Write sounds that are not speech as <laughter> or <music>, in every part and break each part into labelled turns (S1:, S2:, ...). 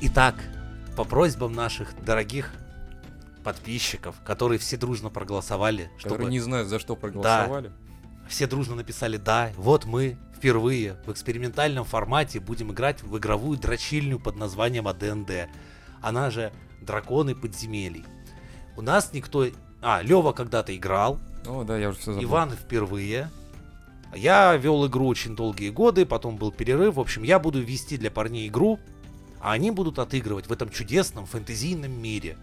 S1: Итак, по просьбам наших дорогих подписчиков, которые все дружно проголосовали,
S2: Которые
S1: чтобы
S2: не знают, за что проголосовали.
S1: все дружно написали «да», вот мы впервые в экспериментальном формате будем играть в игровую дрочильню под названием «А АДНД. Она же «Драконы подземелий». У нас никто... А, Лева когда-то играл,
S2: О, да, я уже все забыл.
S1: Иван впервые. Я вел игру очень долгие годы, потом был перерыв. В общем, я буду вести для парней игру, а они будут отыгрывать в этом чудесном фэнтезийном мире.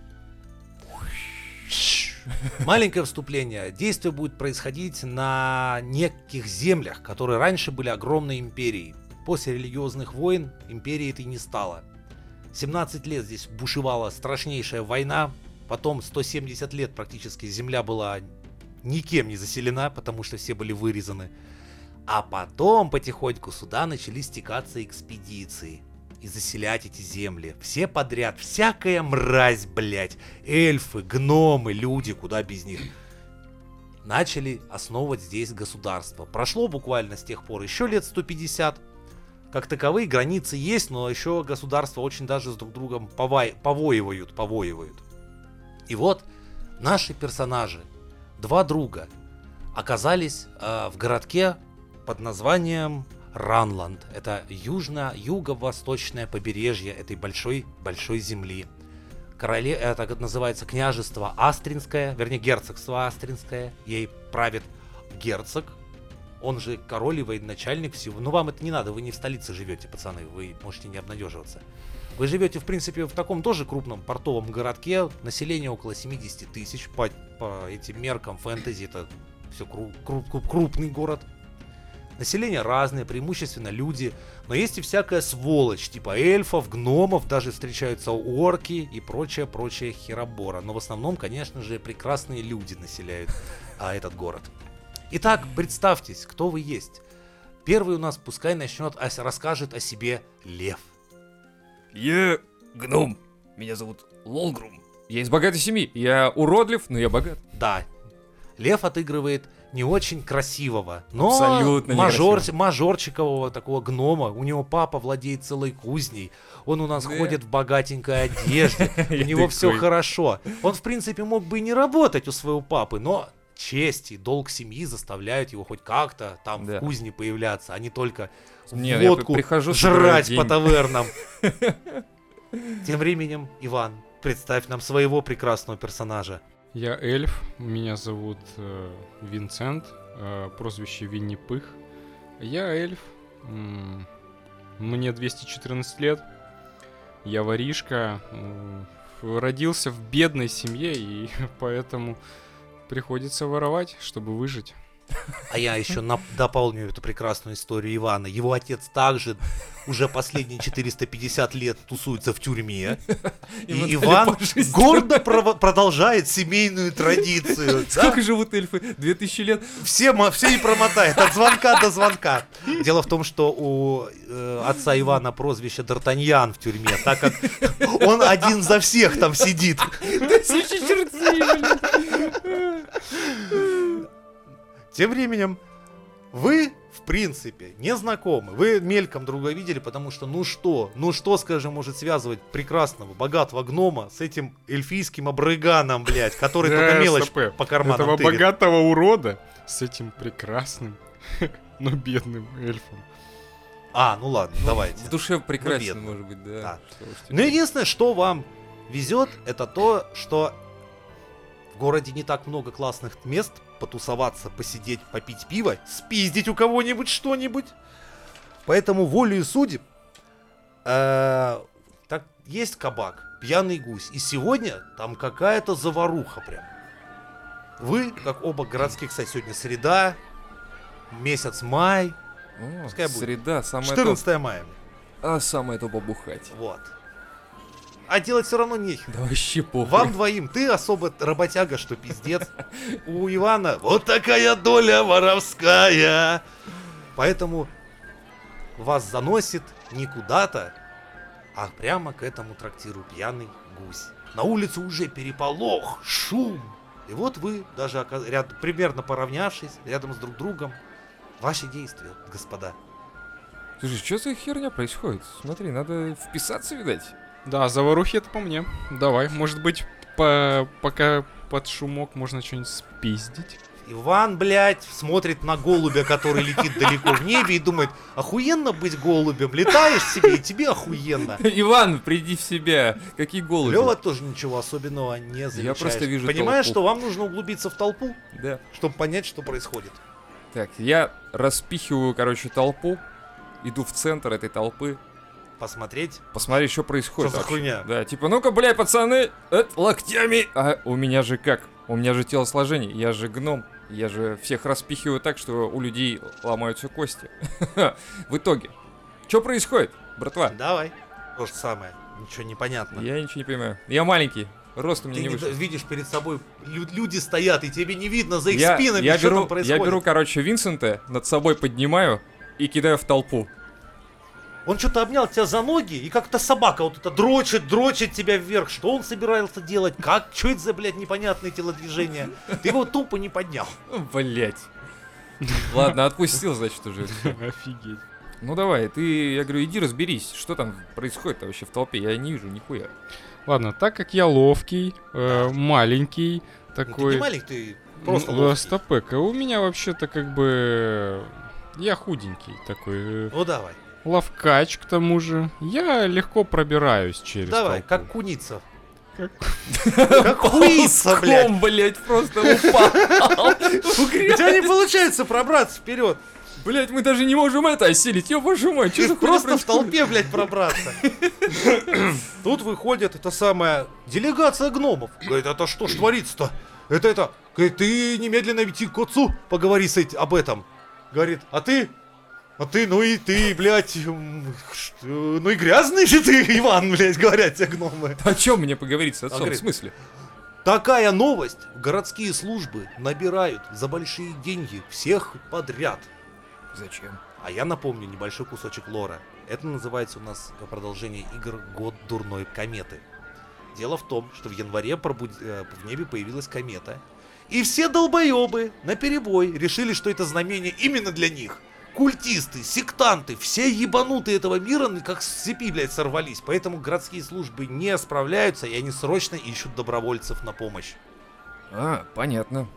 S1: Маленькое вступление. Действие будет происходить на неких землях, которые раньше были огромной империей. После религиозных войн империи этой не стало. 17 лет здесь бушевала страшнейшая война, потом 170 лет практически земля была никем не заселена, потому что все были вырезаны. А потом потихоньку сюда начали стекаться экспедиции и заселять эти земли. Все подряд, всякая мразь, блядь. Эльфы, гномы, люди, куда без них. Начали основывать здесь государство. Прошло буквально с тех пор еще лет 150. Как таковые границы есть, но еще государства очень даже с друг другом повай- повоевают, повоевают. И вот наши персонажи, два друга, оказались э, в городке под названием Ранланд. Это южно-юго-восточное побережье этой большой-большой земли. Короле, это как называется княжество Астринское, вернее герцогство Астринское. Ей правит герцог, он же король и военачальник всего. Ну вам это не надо, вы не в столице живете, пацаны, вы можете не обнадеживаться. Вы живете, в принципе, в таком тоже крупном портовом городке, население около 70 тысяч, по, по этим меркам фэнтези это все крупный город. Население разное, преимущественно люди, но есть и всякая сволочь, типа эльфов, гномов, даже встречаются орки и прочая-прочая херобора. Но в основном, конечно же, прекрасные люди населяют а, этот город. Итак, представьтесь, кто вы есть. Первый у нас пускай начнет, ос- расскажет о себе Лев.
S2: Я гном. Меня зовут Лолгрум. Я из богатой семьи. Я уродлив, но я <laughs> богат.
S1: Да, Лев отыгрывает не очень красивого, но
S2: Абсолютно
S1: мажор-
S2: некрасивого.
S1: мажорчикового такого гнома. У него папа владеет целой кузней. Он у нас
S2: Да.
S1: ходит в богатенькой одежде. У
S2: <laughs> Я
S1: него все
S2: такой.
S1: хорошо. Он, в принципе, мог бы и не работать у своего папы, но честь и долг семьи заставляют его хоть как-то там в
S2: Да.
S1: кузне появляться, а не только
S2: Нет, я
S1: водку
S2: при- прихожу, собираю
S1: жрать по
S2: деньги. <laughs>
S1: тавернам. Тем временем, Иван, представь нам своего прекрасного персонажа.
S3: Я эльф, меня зовут э, Винсент, э, прозвище Винни-Пых. Я эльф, м, мне 214 лет, я воришка, м, в- родился в бедной семье, и <laughs> поэтому приходится воровать, чтобы выжить.
S1: А я еще нап- дополню эту прекрасную историю Ивана. Его отец также уже последние 450 лет тусуется в тюрьме.
S2: Ему
S1: И
S2: дали
S1: Иван
S2: по шести. <laughs>
S1: гордо прово- продолжает семейную традицию. да?
S2: Сколько живут эльфы? Две тысячи лет. <laughs>
S1: Все, мо- все и промотает от звонка до звонка. Дело в том, что у э, отца Ивана прозвище Д'Артаньян в тюрьме, так как он один за всех там сидит.
S2: Тысячи чертей,
S1: Тем временем, вы, в принципе, не знакомы. Вы мельком друга видели, потому что ну что, ну что, скажем, может связывать прекрасного, богатого гнома с этим эльфийским обрыганом, блядь, который
S3: Да,
S1: только мелочь
S3: СП,
S1: по карманам
S3: Этого
S1: тырит.
S3: богатого урода с этим прекрасным, <laughs> но бедным эльфом.
S1: А, ну ладно, давайте.
S2: В душе прекрасно,
S1: бедно.
S2: может быть,
S1: Да.
S2: да. Что уж
S1: Ну,
S2: теперь.
S1: единственное, что вам везет, это то, что в городе не так много классных мест потусоваться, посидеть, попить пиво, спиздить у кого-нибудь что-нибудь. Поэтому волею судеб э, так, есть кабак, пьяный гусь. И сегодня там какая-то заваруха прям. Вы, как оба городских, кстати, сегодня среда, месяц май,
S2: О,
S1: пускай будет.
S2: Среда, самое то.
S1: 14 мая.
S2: А самое то побухать.
S1: Вот. А делать все равно нехер.
S2: Да вообще похуй.
S1: Вам двоим, ты особо работяга, что пиздец. У Ивана вот такая доля воровская. Поэтому вас заносит не куда-то, а прямо к этому трактиру пьяный гусь. На улице уже переполох, шум. И вот вы, даже ока- ряд- примерно поравнявшись, рядом с друг другом, ваши действия, господа.
S2: Слушай, что за херня происходит? Смотри, надо вписаться, видать.
S3: Да, заварухи это по мне. Давай, может быть, по- пока под шумок можно что-нибудь спиздить.
S1: Иван, блядь, смотрит на голубя, который летит далеко в небе и думает, охуенно быть голубем, летаешь себе, и тебе охуенно.
S2: <laughs> Иван, приди в себя. Какие голуби.
S1: Лева тоже ничего особенного не замечает.
S2: просто вижу
S1: Понимаешь,
S2: толпу.
S1: что вам нужно углубиться в толпу,
S2: Да.
S1: чтобы понять, что происходит.
S2: Так, я распихиваю, короче, толпу. Иду в центр этой толпы.
S1: Посмотреть.
S2: Посмотри, что происходит.
S1: Что за
S2: вообще.
S1: хуйня?
S2: Да, типа, ну-ка, бля, пацаны, это локтями. А у меня же как? У меня же телосложение, я же гном. Я же всех распихиваю так, что у людей ломаются кости. <laughs> В итоге, что происходит, братва?
S1: Давай. То же самое. Ничего не понятно.
S2: Я ничего не понимаю. Я маленький, рост у меня
S1: Ты
S2: не
S1: не
S2: выше.
S1: видишь перед собой, лю- люди стоят, и тебе не видно за их
S2: Я,
S1: спинами,
S2: я
S1: что
S2: беру,
S1: там происходит.
S2: я беру, короче, Винсента, над собой поднимаю и кидаю в толпу.
S1: Он что-то обнял тебя за ноги, и как-то собака вот это дрочит, дрочит тебя вверх. Что он собирался делать? Как? Что это за, блядь, непонятные телодвижения? Ты его тупо не поднял.
S2: Блять. Ну, Ладно, отпустил, значит, уже.
S3: Офигеть.
S2: Ну давай, ты, я говорю, иди разберись, что там происходит вообще в толпе, я не вижу нихуя.
S3: Ладно, так как я ловкий, э, маленький,
S1: Ну,
S3: такой...
S1: Ты не маленький, ты просто
S3: М,
S1: ловкий.
S3: Стопэк, а у меня вообще-то как бы... э, Я худенький такой. э,
S1: Ну давай,
S3: Ловкач, к тому же. Я легко пробираюсь через
S1: давай,
S3: толпу.
S1: как куница. Как хуица, блядь.
S2: Ползком, блядь,
S1: <laughs>
S2: просто упал. В
S1: У
S2: грязь.
S1: тебя не получается пробраться вперед.
S2: Блядь, мы даже не можем это осилить, ёб вашу мать, что
S1: Ты
S2: за
S1: просто
S2: хуйня
S1: в толпе, блядь, пробраться. <laughs> Тут выходит эта самая делегация гномов. Говорит, это что ж творится-то? Это это... Говорит, ты немедленно идти к отцу, поговори с эт- об этом. Говорит, а ты... А ты, ну и ты, блядь, м, ш- э, ну и грязный же ты, <laughs> Иван, блядь, говорят тебе гномы.
S2: О чем мне поговорить с отцом? В
S1: Андрей.
S2: смысле?
S1: Такая новость. Городские службы набирают за большие деньги всех подряд.
S2: Зачем?
S1: А я напомню небольшой кусочек лора. Это называется у нас продолжение игр «Год дурной кометы». Дело в том, что в январе пробуд- э, в небе появилась комета, и все долбоебы на перебой решили, что это знамение именно для них. Культисты, сектанты, все ебанутые этого мира ну, как с цепи, блядь, сорвались. Поэтому городские службы не справляются, и они срочно ищут добровольцев на помощь.
S2: А, понятно.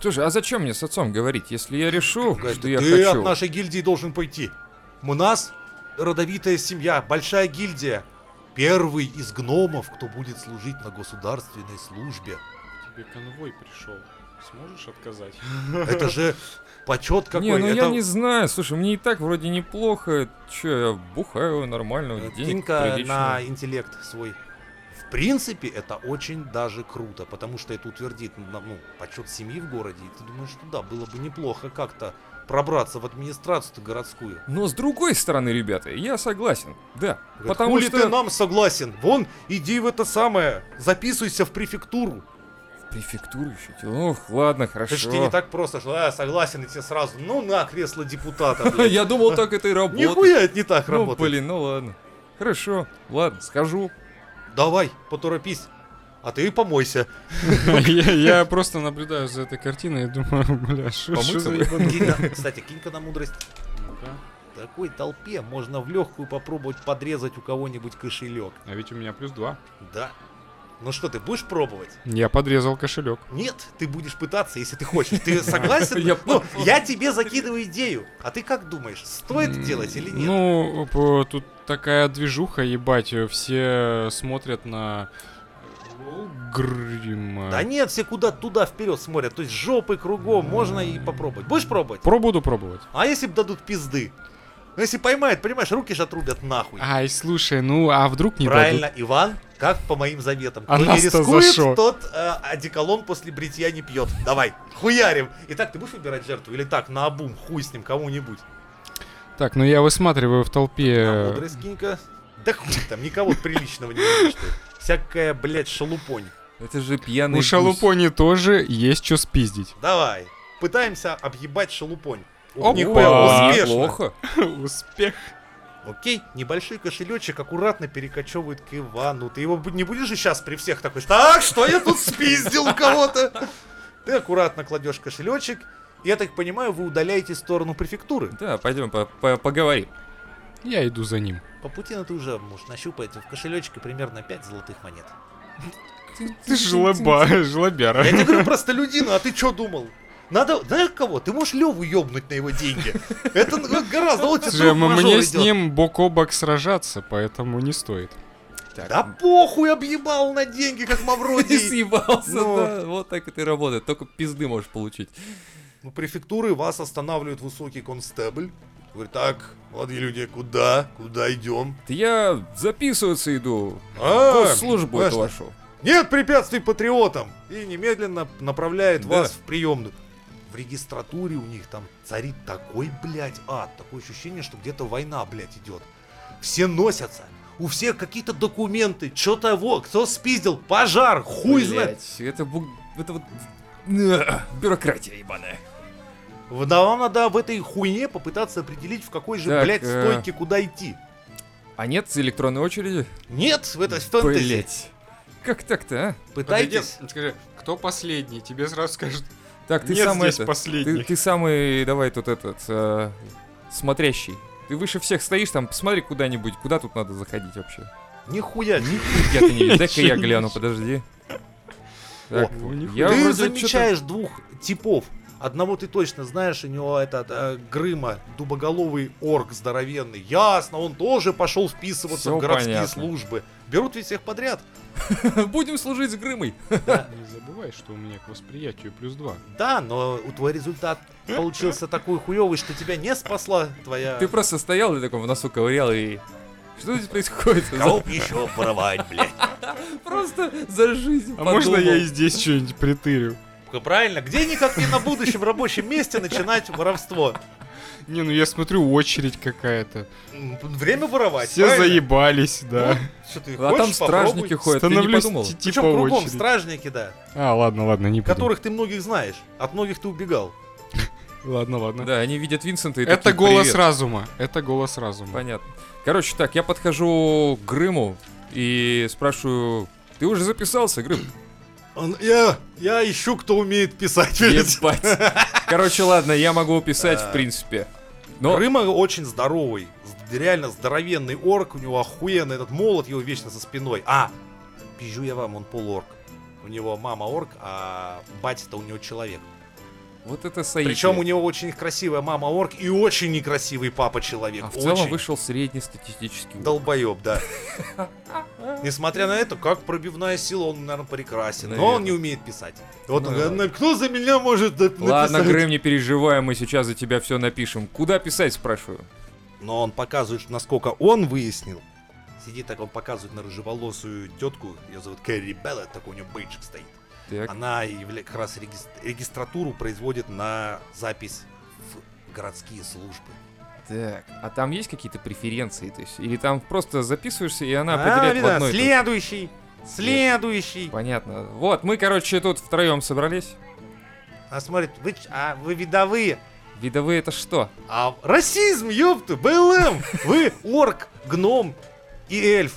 S2: Слушай, а зачем мне с отцом говорить, если я решу,
S1: Говорит,
S2: что я
S1: ты от
S2: хочу?
S1: нашей гильдии должен пойти. У нас родовитая семья, большая гильдия. Первый из гномов, кто будет служить на государственной службе.
S3: Тебе конвой пришел. Сможешь отказать?
S1: Это же почет какой.
S2: Не, ну
S1: это...
S2: я не знаю, слушай, мне и так вроде неплохо, чё, я бухаю нормально,
S1: э,
S2: денег
S1: кинь-ка
S2: прилично.
S1: на интеллект свой. В принципе, это очень даже круто, потому что это утвердит ну, ну, почет семьи в городе. И ты думаешь, что да, было бы неплохо как-то пробраться в администрацию городскую.
S2: Но с другой стороны, ребята, я согласен, да.
S1: Говорит,
S2: Потому
S1: «Хули ты
S2: что...
S1: нам согласен. Вон, иди в это самое, записывайся в префектуру.
S2: Префектуру еще? Ох, ладно, хорошо.
S1: Это ж тебе
S2: <laughs>
S1: не так просто, что «А, согласен, и тебе сразу, ну на кресло
S2: <laughs>
S1: депутата. блядь».
S2: Я думал, так это и
S1: <laughs>
S2: работает.
S1: Нихуя это не так
S2: Ну,
S1: работает.
S2: блин, ну ладно. Хорошо, ладно, схожу.
S1: Давай, поторопись. А ты
S2: <laughs>
S1: помойся.
S3: <laughs> Я я просто наблюдаю за этой картиной и думаю, <laughs> бля, что
S2: Помыться
S3: за
S2: бы?
S3: ебаный-
S1: Кинь
S2: <laughs>
S1: на- Кстати, кинь-ка на мудрость.
S3: Ну-ка.
S1: В такой толпе можно в легкую попробовать подрезать у кого-нибудь кошелек.
S3: А ведь у меня плюс два.
S1: Да. Ну что, ты будешь пробовать?
S3: Я подрезал кошелек.
S1: Нет, ты будешь пытаться, если ты хочешь.
S3: <laughs>
S1: Ты согласен?
S2: Я
S1: Ну, я тебе закидываю идею. А ты как думаешь, стоит делать или нет?
S3: Ну, по- тут такая движуха, ебать, э, все смотрят на... Грима.
S1: Да нет, все куда туда вперед смотрят. То есть жопы кругом, можно и попробовать. Будешь пробовать?
S3: Про буду пробовать.
S1: А если б дадут пизды? Ну если поймают, понимаешь, руки же отрубят нахуй.
S3: Ай, слушай, ну а вдруг А, не
S1: Правильно, Иван, как по моим заветам.
S3: А
S1: Кто не
S3: нас-то за
S1: рискует,
S3: шо?
S1: тот э, одеколон после бритья не пьет. Давай, хуярим. Итак, ты будешь выбирать жертву или так, на обум, хуй с ним, кому-нибудь?
S3: дадут? Так, ну я высматриваю в
S1: На
S3: толпе...
S1: мудрость кинь-ка. А Да хуй там, никого приличного не видишь ты. Всякая, блядь, шелупонь.
S2: Это же пьяный
S3: У шалупони тоже есть что спиздить.
S1: Давай, пытаемся объебать шелупонь. О,
S3: Опа,
S1: нихуя, успешно.
S2: Плохо.
S3: <laughs> Успех.
S1: Окей, небольшой кошелечек аккуратно перекочевывает к Ивану. Ты его бу- не будешь же сейчас при всех такой, так, что я тут спиздил у кого-то? Ты аккуратно кладешь кошелечек. Я так понимаю, вы удаляете сторону префектуры.
S2: Да, пойдем по- по- поговорим.
S3: Я иду за ним.
S1: По пути ты уже можешь нащупать в кошелечке примерно 5 золотых монет.
S3: Ты жлоба, жлобяра.
S1: Я тебе говорю, простолюдина, а ты что думал? Надо, знаешь кого? Ты можешь Леву ёбнуть на его деньги. Это ну, гораздо лучше.
S3: Слушай, м- Мне с ним бок о бок сражаться, поэтому не стоит.
S2: Так.
S1: Да похуй, объебал на деньги, как
S2: Ты
S1: Мавродий.
S2: <laughs> съебался,
S1: Ну.
S2: да. Вот так это и работает. Только пизды можешь получить.
S1: Ну, префектуры вас останавливает высокий констебль. Говорит, так, молодые люди, куда? Куда идем?
S2: Да я записываться иду.
S1: А,
S2: в службу эту
S1: конечно.
S2: вашу.
S1: Нет препятствий патриотам! И немедленно направляет
S2: Да.
S1: вас в приемную. В регистратуре у них там царит такой, блядь, ад. Такое ощущение, что где-то война, блядь, идет. Все носятся. У всех какие-то документы, что того, кто спиздил, пожар, хуй знает.
S2: Блядь, Это, бу- это вот... На, Бюрократия ебаная.
S1: В- да Вам надо в этой хуйне попытаться определить, в какой же,
S2: Так,
S1: блядь,
S2: э,
S1: стойке куда идти.
S2: А нет электронной очереди?
S1: Нет, в этой фэнтези.
S2: Блять. Как так-то, а?
S1: Пытайтесь.
S3: Подойди, Скажи, кто последний? Тебе сразу скажут,
S2: Так, ты
S3: нет
S2: самый...
S3: здесь
S2: это,
S3: последний.
S2: Ты, ты самый, давай, тут этот, э, смотрящий. Ты выше всех стоишь там, посмотри куда-нибудь, куда тут надо заходить вообще.
S1: Нихуя. себе.
S2: Я-то не вижу, дай-ка я
S3: Ничего
S2: гляну,
S3: себе.
S2: подожди.
S1: О,
S2: Так,
S3: ну,
S2: я
S3: нихуя.
S1: ты
S2: вроде
S1: замечаешь двух типов. Одного ты точно знаешь, у него этот э, Грыма, дубоголовый орк здоровенный. Ясно, он тоже пошел вписываться
S2: Всё
S1: в городские
S2: понятно.
S1: службы. Берут ведь всех подряд.
S2: чё-то- <laughs> Будем служить с Грымой.
S3: Не забывай, что у меня к восприятию плюс два.
S2: Ну,
S1: Да, но у твой результат получился такой хуёвый, что тебя не спасла твоя...
S2: Ты просто стоял и таком в носу ковырял и... Что здесь происходит?
S1: Кого еще порвать, блядь?
S2: Просто за жизнь
S3: А можно я и
S2: подумал.
S3: здесь что-нибудь притырю?
S1: Правильно, где никак не на будущем рабочем месте начинать воровство.
S3: Не, ну я смотрю, очередь какая-то.
S1: М, Время воровать,
S3: Все заебались, да.
S1: Что ты
S2: А там
S1: хочешь, попробуй.
S2: стражники ходят, Ну, ты не
S3: Становлюсь
S2: подумал?
S3: ти- типа
S1: Причем кругом
S3: очередь.
S1: стражники, да.
S3: А, ладно, ладно, не буду.
S1: Которых ты многих знаешь. От многих ты убегал.
S3: Ладно, ладно.
S2: Да, они видят Винсента и
S3: Это
S2: такие,
S3: голос
S2: «Привет».
S3: разума. Это голос разума.
S2: Понятно. Короче, так, я подхожу к Грыму и спрашиваю, ты уже
S1: <laughs>
S2: записался, Грым?
S1: Он- я, я ищу, кто умеет писать. видите.
S2: Ебать. Короче, ладно, я могу писать, в принципе. Но
S1: Рыма очень здоровый, з- реально здоровенный орк, у него охуенный этот молот, его вечно за спиной. А, пизжу я вам, он полуорк. У него мама орк, а батя-то у него человек.
S2: вот это соитие.
S1: Причем у него очень красивая мама орк и очень некрасивый папа человек.
S2: А в целом
S1: очень.
S2: вышел среднестатистический. уровень.
S1: Долбоеб, да. Несмотря на это, как пробивная сила, он, наверное, прекрасен. Но
S2: Наверно.
S1: он не умеет писать. И Вот он
S2: Ну
S1: говорит, «Ну, кто за меня может на- написать?
S2: Ладно, Грым, не переживай, мы сейчас за тебя все напишем. Куда писать, спрашиваю?
S1: Но он показывает, насколько он выяснил. Сидит так, он показывает на рыжеволосую тетку, ее зовут Кэрри Белла, такой у нее бейджик стоит.
S2: Так,
S1: Она явля- как раз регис- регистратуру производит на запись в городские службы.
S2: так. А там есть какие-то преференции? То есть, или там просто записываешься, и
S1: А,
S2: она определяет в
S1: видно,
S2: одной... и той-
S1: следующий, следующий.
S2: Понятно. Вот, мы, короче, тут втроем собрались.
S1: Она смотрит, вы, ч- а вы видовые.
S2: Видовые это что?
S1: А расизм, ёпта, БЛМ, вы орк, гном и эльф.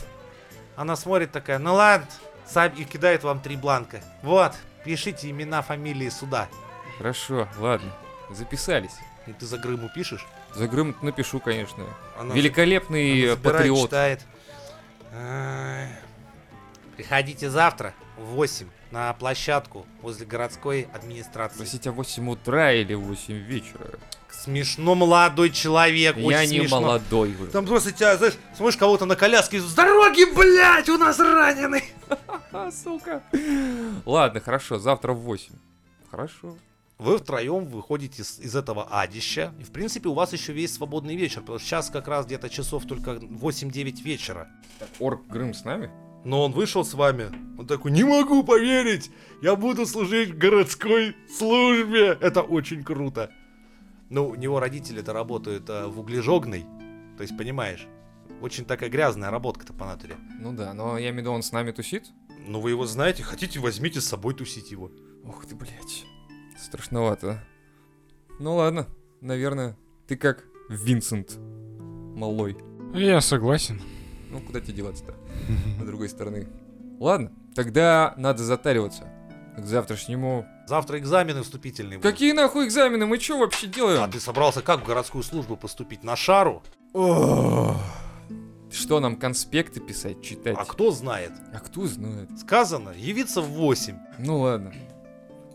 S1: Она смотрит такая, ну ладно, сам и кидает вам три бланка. Вот, пишите имена, фамилии, суда.
S2: Хорошо, ладно. Записались.
S1: И ты за Грыму пишешь?
S2: За Грым напишу, конечно.
S1: Она
S2: Великолепный
S1: за- она
S2: э,
S1: забирает,
S2: патриот.
S1: читает. Ай. Приходите завтра в 8 на площадку возле городской администрации.
S2: Простите, а 8 утра или 8 вечера?
S1: Смешно, молодой человек,
S2: я
S1: очень
S2: не
S1: смешно.
S2: молодой. говорю.
S1: Там просто тебя, знаешь, смотришь кого-то на коляске, и с дороги, блядь, у нас раненый.
S2: А, сука. Ладно, хорошо, завтра в 8. Хорошо.
S1: Вы втроем выходите из, из этого адища. И, в принципе, у вас еще весь свободный вечер, потому что сейчас как раз где-то часов только 8-9 вечера.
S2: Орк Грым с нами?
S1: Но он вышел с вами. Он такой, не могу поверить, я буду служить в городской службе. Это очень круто. Ну, у него родители-то работают э, в углежогной. То есть, понимаешь, очень такая грязная работка-то по натуре.
S2: Ну да, но я имею в виду, он с нами тусит?
S1: Ну, вы его знаете, хотите, возьмите с собой тусить его.
S2: Ух ты, блядь. Страшновато. а. Ну ладно, наверное. Ты как Винсент. Малой.
S3: Я согласен.
S2: Ну, куда тебе
S3: <laughs>
S2: деваться-то? С другой стороны. Ладно, тогда надо затариваться. К завтрашнему.
S1: Завтра экзамены вступительные будут.
S2: Какие нахуй экзамены? Мы что вообще
S1: А
S2: делаем?
S1: ты собрался как в городскую службу поступить? На шару?
S2: Ох. Что нам, конспекты писать, читать?
S1: А кто знает?
S2: А кто знает?
S1: Сказано, явиться в 8.
S2: Ну ладно.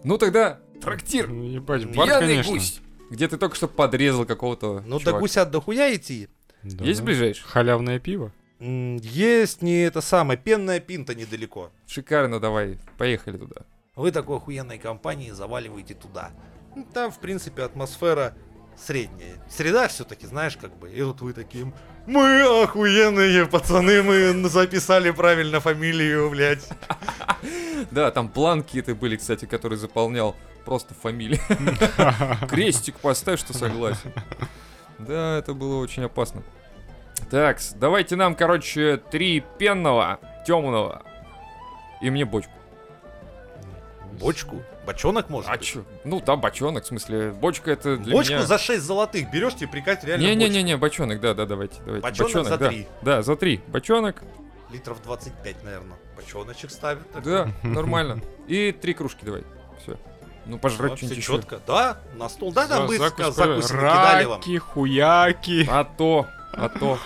S2: Ну тогда трактир.
S3: Ну, Ебать, бар,
S2: Пьяный
S3: конечно.
S2: гусь. Где ты только что подрезал какого-то
S1: Ну до
S2: чувака.
S1: гуся дохуя идти.
S3: Да.
S2: Есть ближайший?
S3: Халявное пиво?
S1: М, Есть не это самое, пенная пинта недалеко.
S2: Шикарно, давай, поехали туда.
S1: Вы такой охуенной компании заваливаете туда. Ну, Там, в принципе, атмосфера средняя. Среда все-таки, знаешь, как бы. И вот вы таким... Мы охуенные пацаны, мы записали правильно фамилию, блядь.
S2: Да, там план какие-то были, кстати, который заполнял просто фамилия. Крестик поставь, что согласен. Да, это было очень опасно. Так, давайте нам, короче, три пенного, темного. И мне бочку.
S1: Бочку? Бочонок, может
S2: А
S1: быть?
S2: чё? Ну, там бочонок, в смысле, бочка это для
S1: Бочку
S2: меня...
S1: за 6 золотых берешь, тебе прикать реально бочку.
S2: Не-не-не, бочонок, да, да, давайте, давайте.
S1: Бочонок за
S2: да.
S1: три.
S2: Да, за три. Бочонок,
S1: Литров 25, наверное. Бочоночек ставят. так.
S2: да, нормально. И три кружки давай. Все. Ну, пожрать
S1: все
S2: что-нибудь еще.
S1: четко. Да, на стол. Да, там
S3: За-
S1: бы
S3: закусь,
S1: закусь накидали вам.
S3: Раки, хуяки.
S2: А то, а то.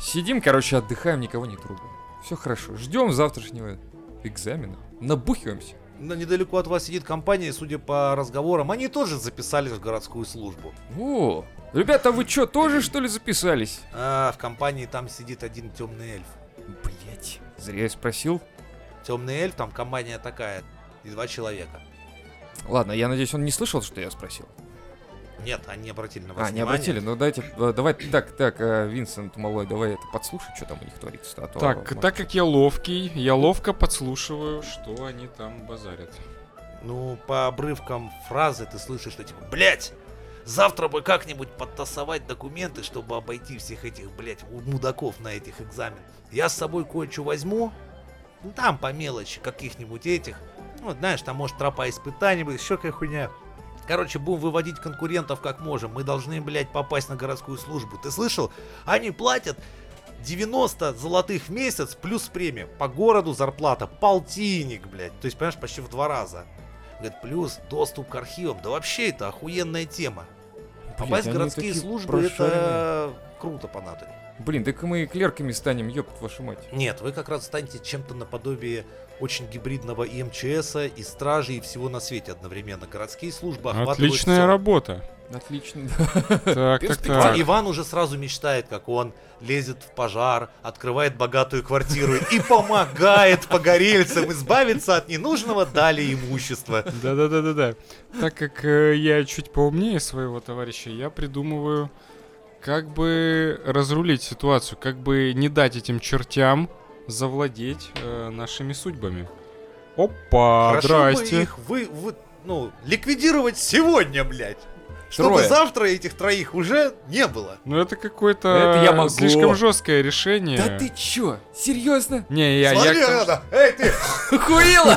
S2: Сидим, короче, отдыхаем, никого не трогаем. Все хорошо. Ждем завтрашнего экзамена. Набухиваемся.
S1: Но недалеко от вас сидит компания, и, судя по разговорам, они тоже записались в городскую службу.
S2: О, ребята, вы чё, тоже что ли записались?
S1: А, в компании там сидит один темный эльф.
S2: Блять, зря я спросил.
S1: Темный эльф, там компания такая, и два человека.
S2: Ладно, я надеюсь, он не слышал, что я спросил.
S1: Нет, они не обратили на вас
S2: А, не обратили, ну дайте, э, давай, так, так, э, Винсент, малой, давай это подслушай, что там у них творится. А то,
S3: Так,
S2: может,
S3: так как я ловкий, я ловко подслушиваю, что они там базарят.
S1: Ну, по обрывкам фразы ты слышишь, что типа, блять, завтра бы как-нибудь подтасовать документы, чтобы обойти всех этих, блять, мудаков на этих экзаменах. Я с собой кое-что возьму, ну, там по мелочи каких-нибудь этих. Ну, знаешь, там может тропа испытаний будет, еще какая хуйня. Короче, будем выводить конкурентов как можем. Мы должны, блядь, попасть на городскую службу. Ты слышал? Они платят 90 золотых в месяц плюс премия. По городу зарплата полтинник, блядь. То есть, понимаешь, почти в два раза. Говорит, плюс доступ к архивам. Да вообще это охуенная тема. Попасть в
S2: они
S1: городские
S2: такие
S1: службы это
S2: прошаренные.
S1: круто по натуре.
S2: Блин, так мы и клерками станем, ёпт вашу мать.
S1: Нет, вы как раз станете чем-то наподобие очень гибридного и МЧСа, и стражи, и всего на свете одновременно. Городские службы охватывают
S3: Отличная
S1: всё.
S3: работа.
S2: Отлично.
S3: Так, так,
S2: Перспектива.
S3: так.
S1: Иван уже сразу мечтает, как он лезет в пожар, открывает богатую квартиру и помогает погорельцам избавиться от ненужного дали имущества.
S3: Да-да-да-да-да. Так как э, я чуть поумнее своего товарища, я придумываю, как бы разрулить ситуацию, как бы не дать этим чертям завладеть э, нашими судьбами. Опа,
S1: Хорошо бы
S3: А, здрасте.
S1: их вы, вы- ну, ликвидировать сегодня, блядь. Чтобы
S2: Трое.
S1: завтра этих троих уже не было.
S3: Ну это какое-то
S2: Это я могу.
S3: слишком жесткое решение.
S2: Да ты чё, серьезно?
S3: Не, я, я,
S1: Смотри,
S3: конечно,
S1: Рада, эй ты!
S3: <laughs>
S2: Охуела!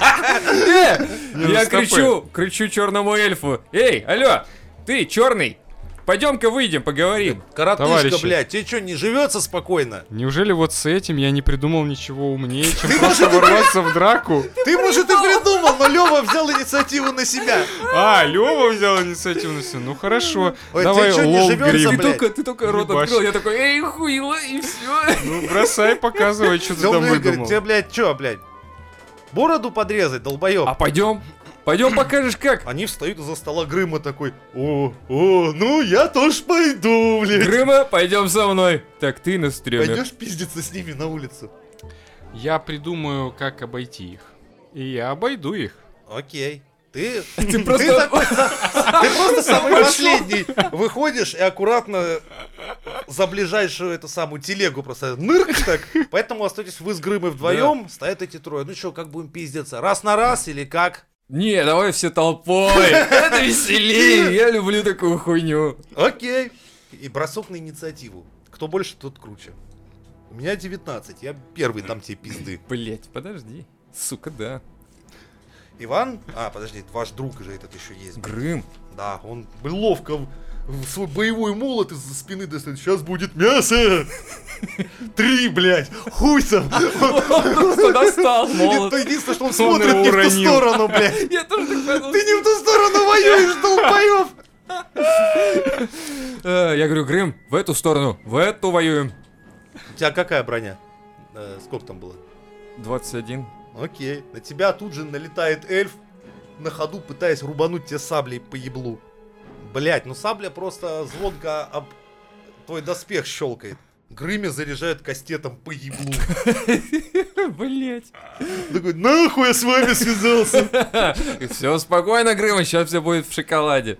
S2: Э,
S3: Не, ну
S2: Я
S3: стопэ.
S2: кричу, кричу черному эльфу. Эй, алло, ты черный, пойдем-ка выйдем, поговорим.
S1: Коротышка,
S3: Товарищи.
S1: блядь, тебе что, не живется спокойно?
S3: Неужели вот с этим я не придумал ничего умнее, чем просто ворваться в драку?
S1: Ты, может, и придумал, но Лева взял инициативу на себя.
S3: А, Лёва взял инициативу на себя. Ну хорошо.
S1: Ой,
S3: Давай
S1: ты чё, не
S3: лол
S1: живёшься,
S2: Ты
S3: грим.
S1: блядь?
S2: только, ты только рот
S3: Ебашь.
S2: открыл, я такой, эй, хуила, и все.
S3: Ну бросай, показывай, что ты
S1: Всё,
S3: там
S1: блядь, говорит,
S3: выдумал.
S1: тебе, блядь, что, блядь? Бороду подрезать, долбоёб.
S2: А пойдем, пойдем покажешь как.
S1: Они встают из-за стола Грыма такой, о, о, ну я тоже пойду, блядь.
S2: Грыма, пойдем со мной. Так, ты на стреме.
S1: Пойдешь пиздиться с ними на улицу.
S3: Я придумаю, как обойти их. И я обойду их.
S1: Окей. Ты,
S2: <laughs> Ты
S1: ты
S2: просто...
S1: такой сам- ты просто самый последний выходишь и аккуратно за ближайшую эту самую телегу просто нырк так. Поэтому остаетесь вы с Грымой вдвоем, стоят эти трое. Ну что, как будем пиздиться? Раз на раз или как?
S2: Не, давай все толпой. Это веселее, я люблю такую хуйню.
S1: Окей. И бросок на инициативу. Кто больше, тот круче. У меня 19, я первый там тебе пизды.
S2: Блять, подожди. Сука, да.
S1: Иван? А, подожди, ваш друг же этот еще есть.
S2: Грым. <laughs>
S1: Да, он ловко в- в свой боевой молот из-за спины достает. Сейчас будет мясо! Три, блядь! Хуй сам!
S2: Он просто
S3: <laughs>
S2: достал молот.
S1: Это единственное, что он
S3: его
S1: смотрит не в ту
S3: уронил.
S1: сторону, блядь!
S2: Я тоже так подумал.
S1: Ты не в ту сторону воюешь, долбоёб!
S2: Э, Я говорю, Грым, в эту сторону, в эту воюем.
S1: У тебя какая броня? Э, сколько там было?
S2: <laughs> 21.
S1: Окей. На тебя тут же налетает эльф, на ходу пытаясь рубануть тебе саблей по еблу. Блять, ну сабля просто звонко об твой доспех щелкает. Грыми заряжают кастетом по еблу.
S2: <laughs> Блять.
S1: Такой, нахуй я с вами связался.
S2: Все спокойно, Грым, сейчас все будет в шоколаде.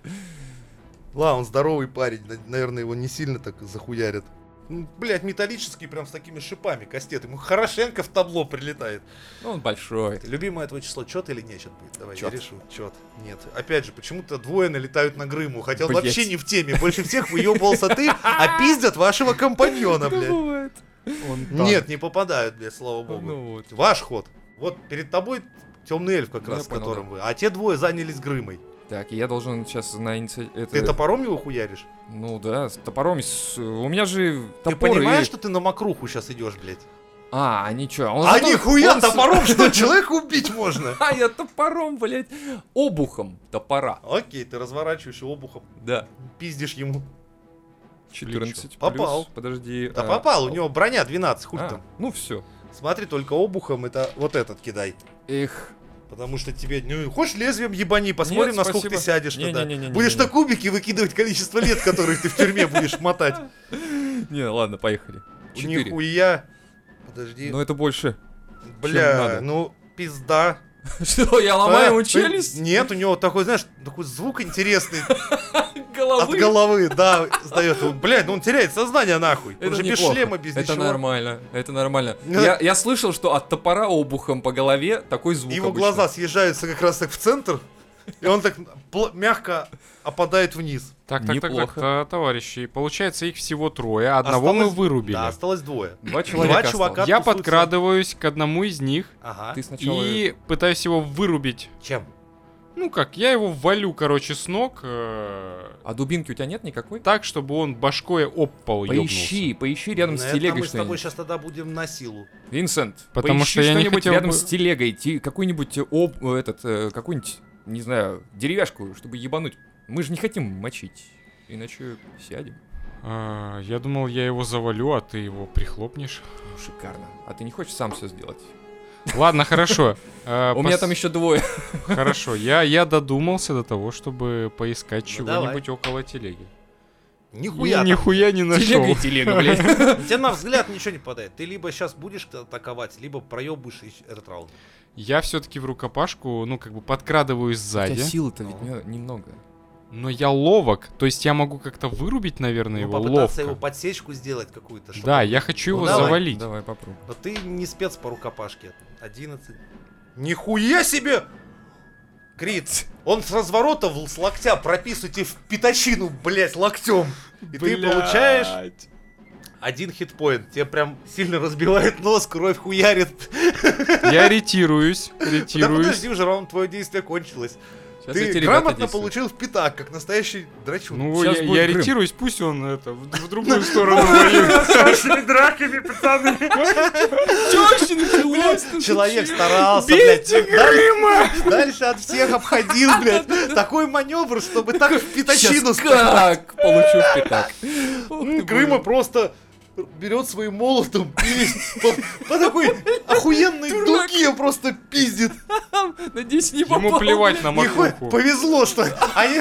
S1: Ла, он здоровый парень, на- наверное, его не сильно так захуярят. Ну, Блять, металлический, прям с такими шипами кастет. Ему хорошенько в табло прилетает.
S2: Ну, Он большой.
S1: Любимое твое число, чет или нечет будет? Давай,
S2: Чёт.
S1: я решу. Чет. Нет. Опять же, почему-то двое налетают на Грыму, хотя он
S2: Блять.
S1: вообще не в теме. Больше всех выебывался ты, а пиздят вашего компаньона, блядь.
S2: бывает. Он там.
S1: Нет, не попадают, блядь, слава богу.
S2: Ну вот.
S1: Ваш ход. Вот перед тобой темный эльф как
S2: Ну, я
S1: раз, с
S2: понял,
S1: которым вы. А те двое занялись Грымой.
S2: Так, и я должен сейчас на иници- это-
S1: Ты топором его хуяришь?
S2: Ну да, с топором. с- У меня же
S1: Ты
S2: топор и-
S1: понимаешь, что ты на мокруху сейчас идешь, блядь?
S2: А, они чё? Он
S1: А
S2: зато-
S1: нихуя
S2: он с-
S1: топором, что человека убить можно?
S2: <laughs> А, я топором, блядь. Обухом топора.
S1: Окей, ты разворачиваешь его обухом,
S2: Да.
S1: пиздишь ему.
S2: 14
S1: Попал.
S2: плюс. Подожди.
S1: Да
S2: а,
S1: попал, у него броня 12, хуй
S2: а,
S1: там.
S2: Ну все.
S1: Смотри, только обухом это вот этот кидай.
S2: Эх. <laughs>
S1: Потому что тебе, ну, хочешь лезвием ебани, посмотрим,
S2: Нет,
S1: насколько ты
S2: спасибо.
S1: сядешь тогда.
S2: Не-не-не-не-не-не.
S1: Будешь на кубики выкидывать количество лет, которые ты в тюрьме будешь мотать.
S2: Не, ладно, поехали. 4.
S1: Нихуя. Подожди.
S2: Но это больше.
S1: Бля,
S2: Ну, надо.
S1: ну, пизда.
S2: <laughs> Что, я
S1: А,
S2: ломаю ему
S1: ты-
S2: челюсть?
S1: Нет, у него такой, знаешь, такой звук
S2: <laughs>
S1: интересный. От
S2: Головы?
S1: головы, да, сдает. Он, Блядь, ну он теряет сознание нахуй. Он
S2: Это
S1: же без
S2: неплохо.
S1: шлема, без
S2: Это
S1: ничего.
S2: нормально,
S1: <laughs>
S2: это нормально.
S1: Ну,
S2: Я, я слышал, что от топора обухом по голове такой звук
S1: Его
S2: обычно.
S1: глаза съезжаются как раз так в центр, и он так пл- мягко опадает вниз.
S3: Так, так, так, так,
S2: Неплохо.
S3: та- товарищи, получается их всего трое, а одного мы
S1: Осталось-
S3: вырубили.
S1: Да, осталось двое.
S2: <laughs> Два человека осталось.
S1: чувака.
S3: Я
S1: тусуются.
S3: подкрадываюсь к одному из них
S1: Ага.
S2: Ты сначала...
S3: и пытаюсь его вырубить.
S1: Чем?
S3: Ну как, я его валю, короче, с ног, э,
S2: А дубинки у тебя нет никакой?
S3: так, чтобы он башкой об пол ёбнулся.
S2: Поищи, поищи рядом с
S1: Наверное,
S2: телегой
S1: Ну, мы с тобой
S2: что-нибудь.
S1: сейчас тогда будем на силу.
S2: Винсент,
S3: Потому
S2: поищи
S3: что я не
S2: что-нибудь
S3: хотел
S2: рядом
S3: бы-
S2: с телегой, ти- какую-нибудь э, об... э, этот, э, какую-нибудь, не знаю, деревяшку, чтобы ебануть. Мы же не хотим мочить, иначе сядем.
S3: А, я думал, я его завалю, а ты его прихлопнешь.
S2: Ну, шикарно. А ты не хочешь сам все сделать? <laughs>
S3: Ладно, хорошо. А,
S2: У меня
S3: пос-
S2: там еще двое.
S3: Хорошо, я, я додумался до того, чтобы поискать
S1: Ну,
S3: чего-нибудь около телеги.
S1: Нихуя.
S3: И нихуя не нашел.
S2: Телега Ну и телега, <laughs> блядь.
S1: там. Тебе на взгляд ничего не попадает. Ты либо сейчас будешь атаковать, либо проебаешь и этот раунд.
S3: Я все-таки в рукопашку, ну, как бы подкрадываюсь
S2: У тебя
S3: сзади.
S2: силы-то ведь не- немного.
S3: Но я ловок, то есть я могу как-то вырубить, наверное,
S1: Ну,
S3: его
S1: попытаться
S3: ловко.
S1: его подсечку сделать какую-то. чтобы-
S3: Да, я хочу
S1: Ну,
S3: его
S1: давай.
S3: завалить.
S2: Давай попробуй.
S1: Но ты не спец по рукопашке. 11. Нихуя себе! Крит, он с разворота в- с локтя прописывает тебе в пятачину, блять, локтем. И ты получаешь один хитпоинт. Тебе прям сильно разбивает нос, кровь хуярит.
S3: Я ретируюсь,
S1: Да
S3: ретируюсь.
S1: подожди уже, раунд твое действие кончилось.
S2: Сейчас
S1: ты
S2: эти ребята
S1: грамотно
S2: действуют.
S1: получил в пятак, как настоящий драчун.
S3: Ну, я,
S2: Сейчас будет
S3: я
S2: Крым.
S3: ретируюсь, пусть он это, в, в другую
S1: Ну, <laughs>
S3: сторону воюет.
S1: нашими драками, пацаны. Человек старался, блядь. Дальше, дальше от всех обходил, блядь. Такой маневр, чтобы так в пятачину
S2: Сейчас
S1: стать.
S2: как получу в <laughs> пятак.
S1: М, Грыма просто берет своим молотом и по, по такой охуенной
S2: Дурак.
S1: дуге просто пиздит.
S2: Надеюсь, не попал.
S3: Ему плевать на
S1: Нихуя,
S3: макуху.
S1: повезло, что они...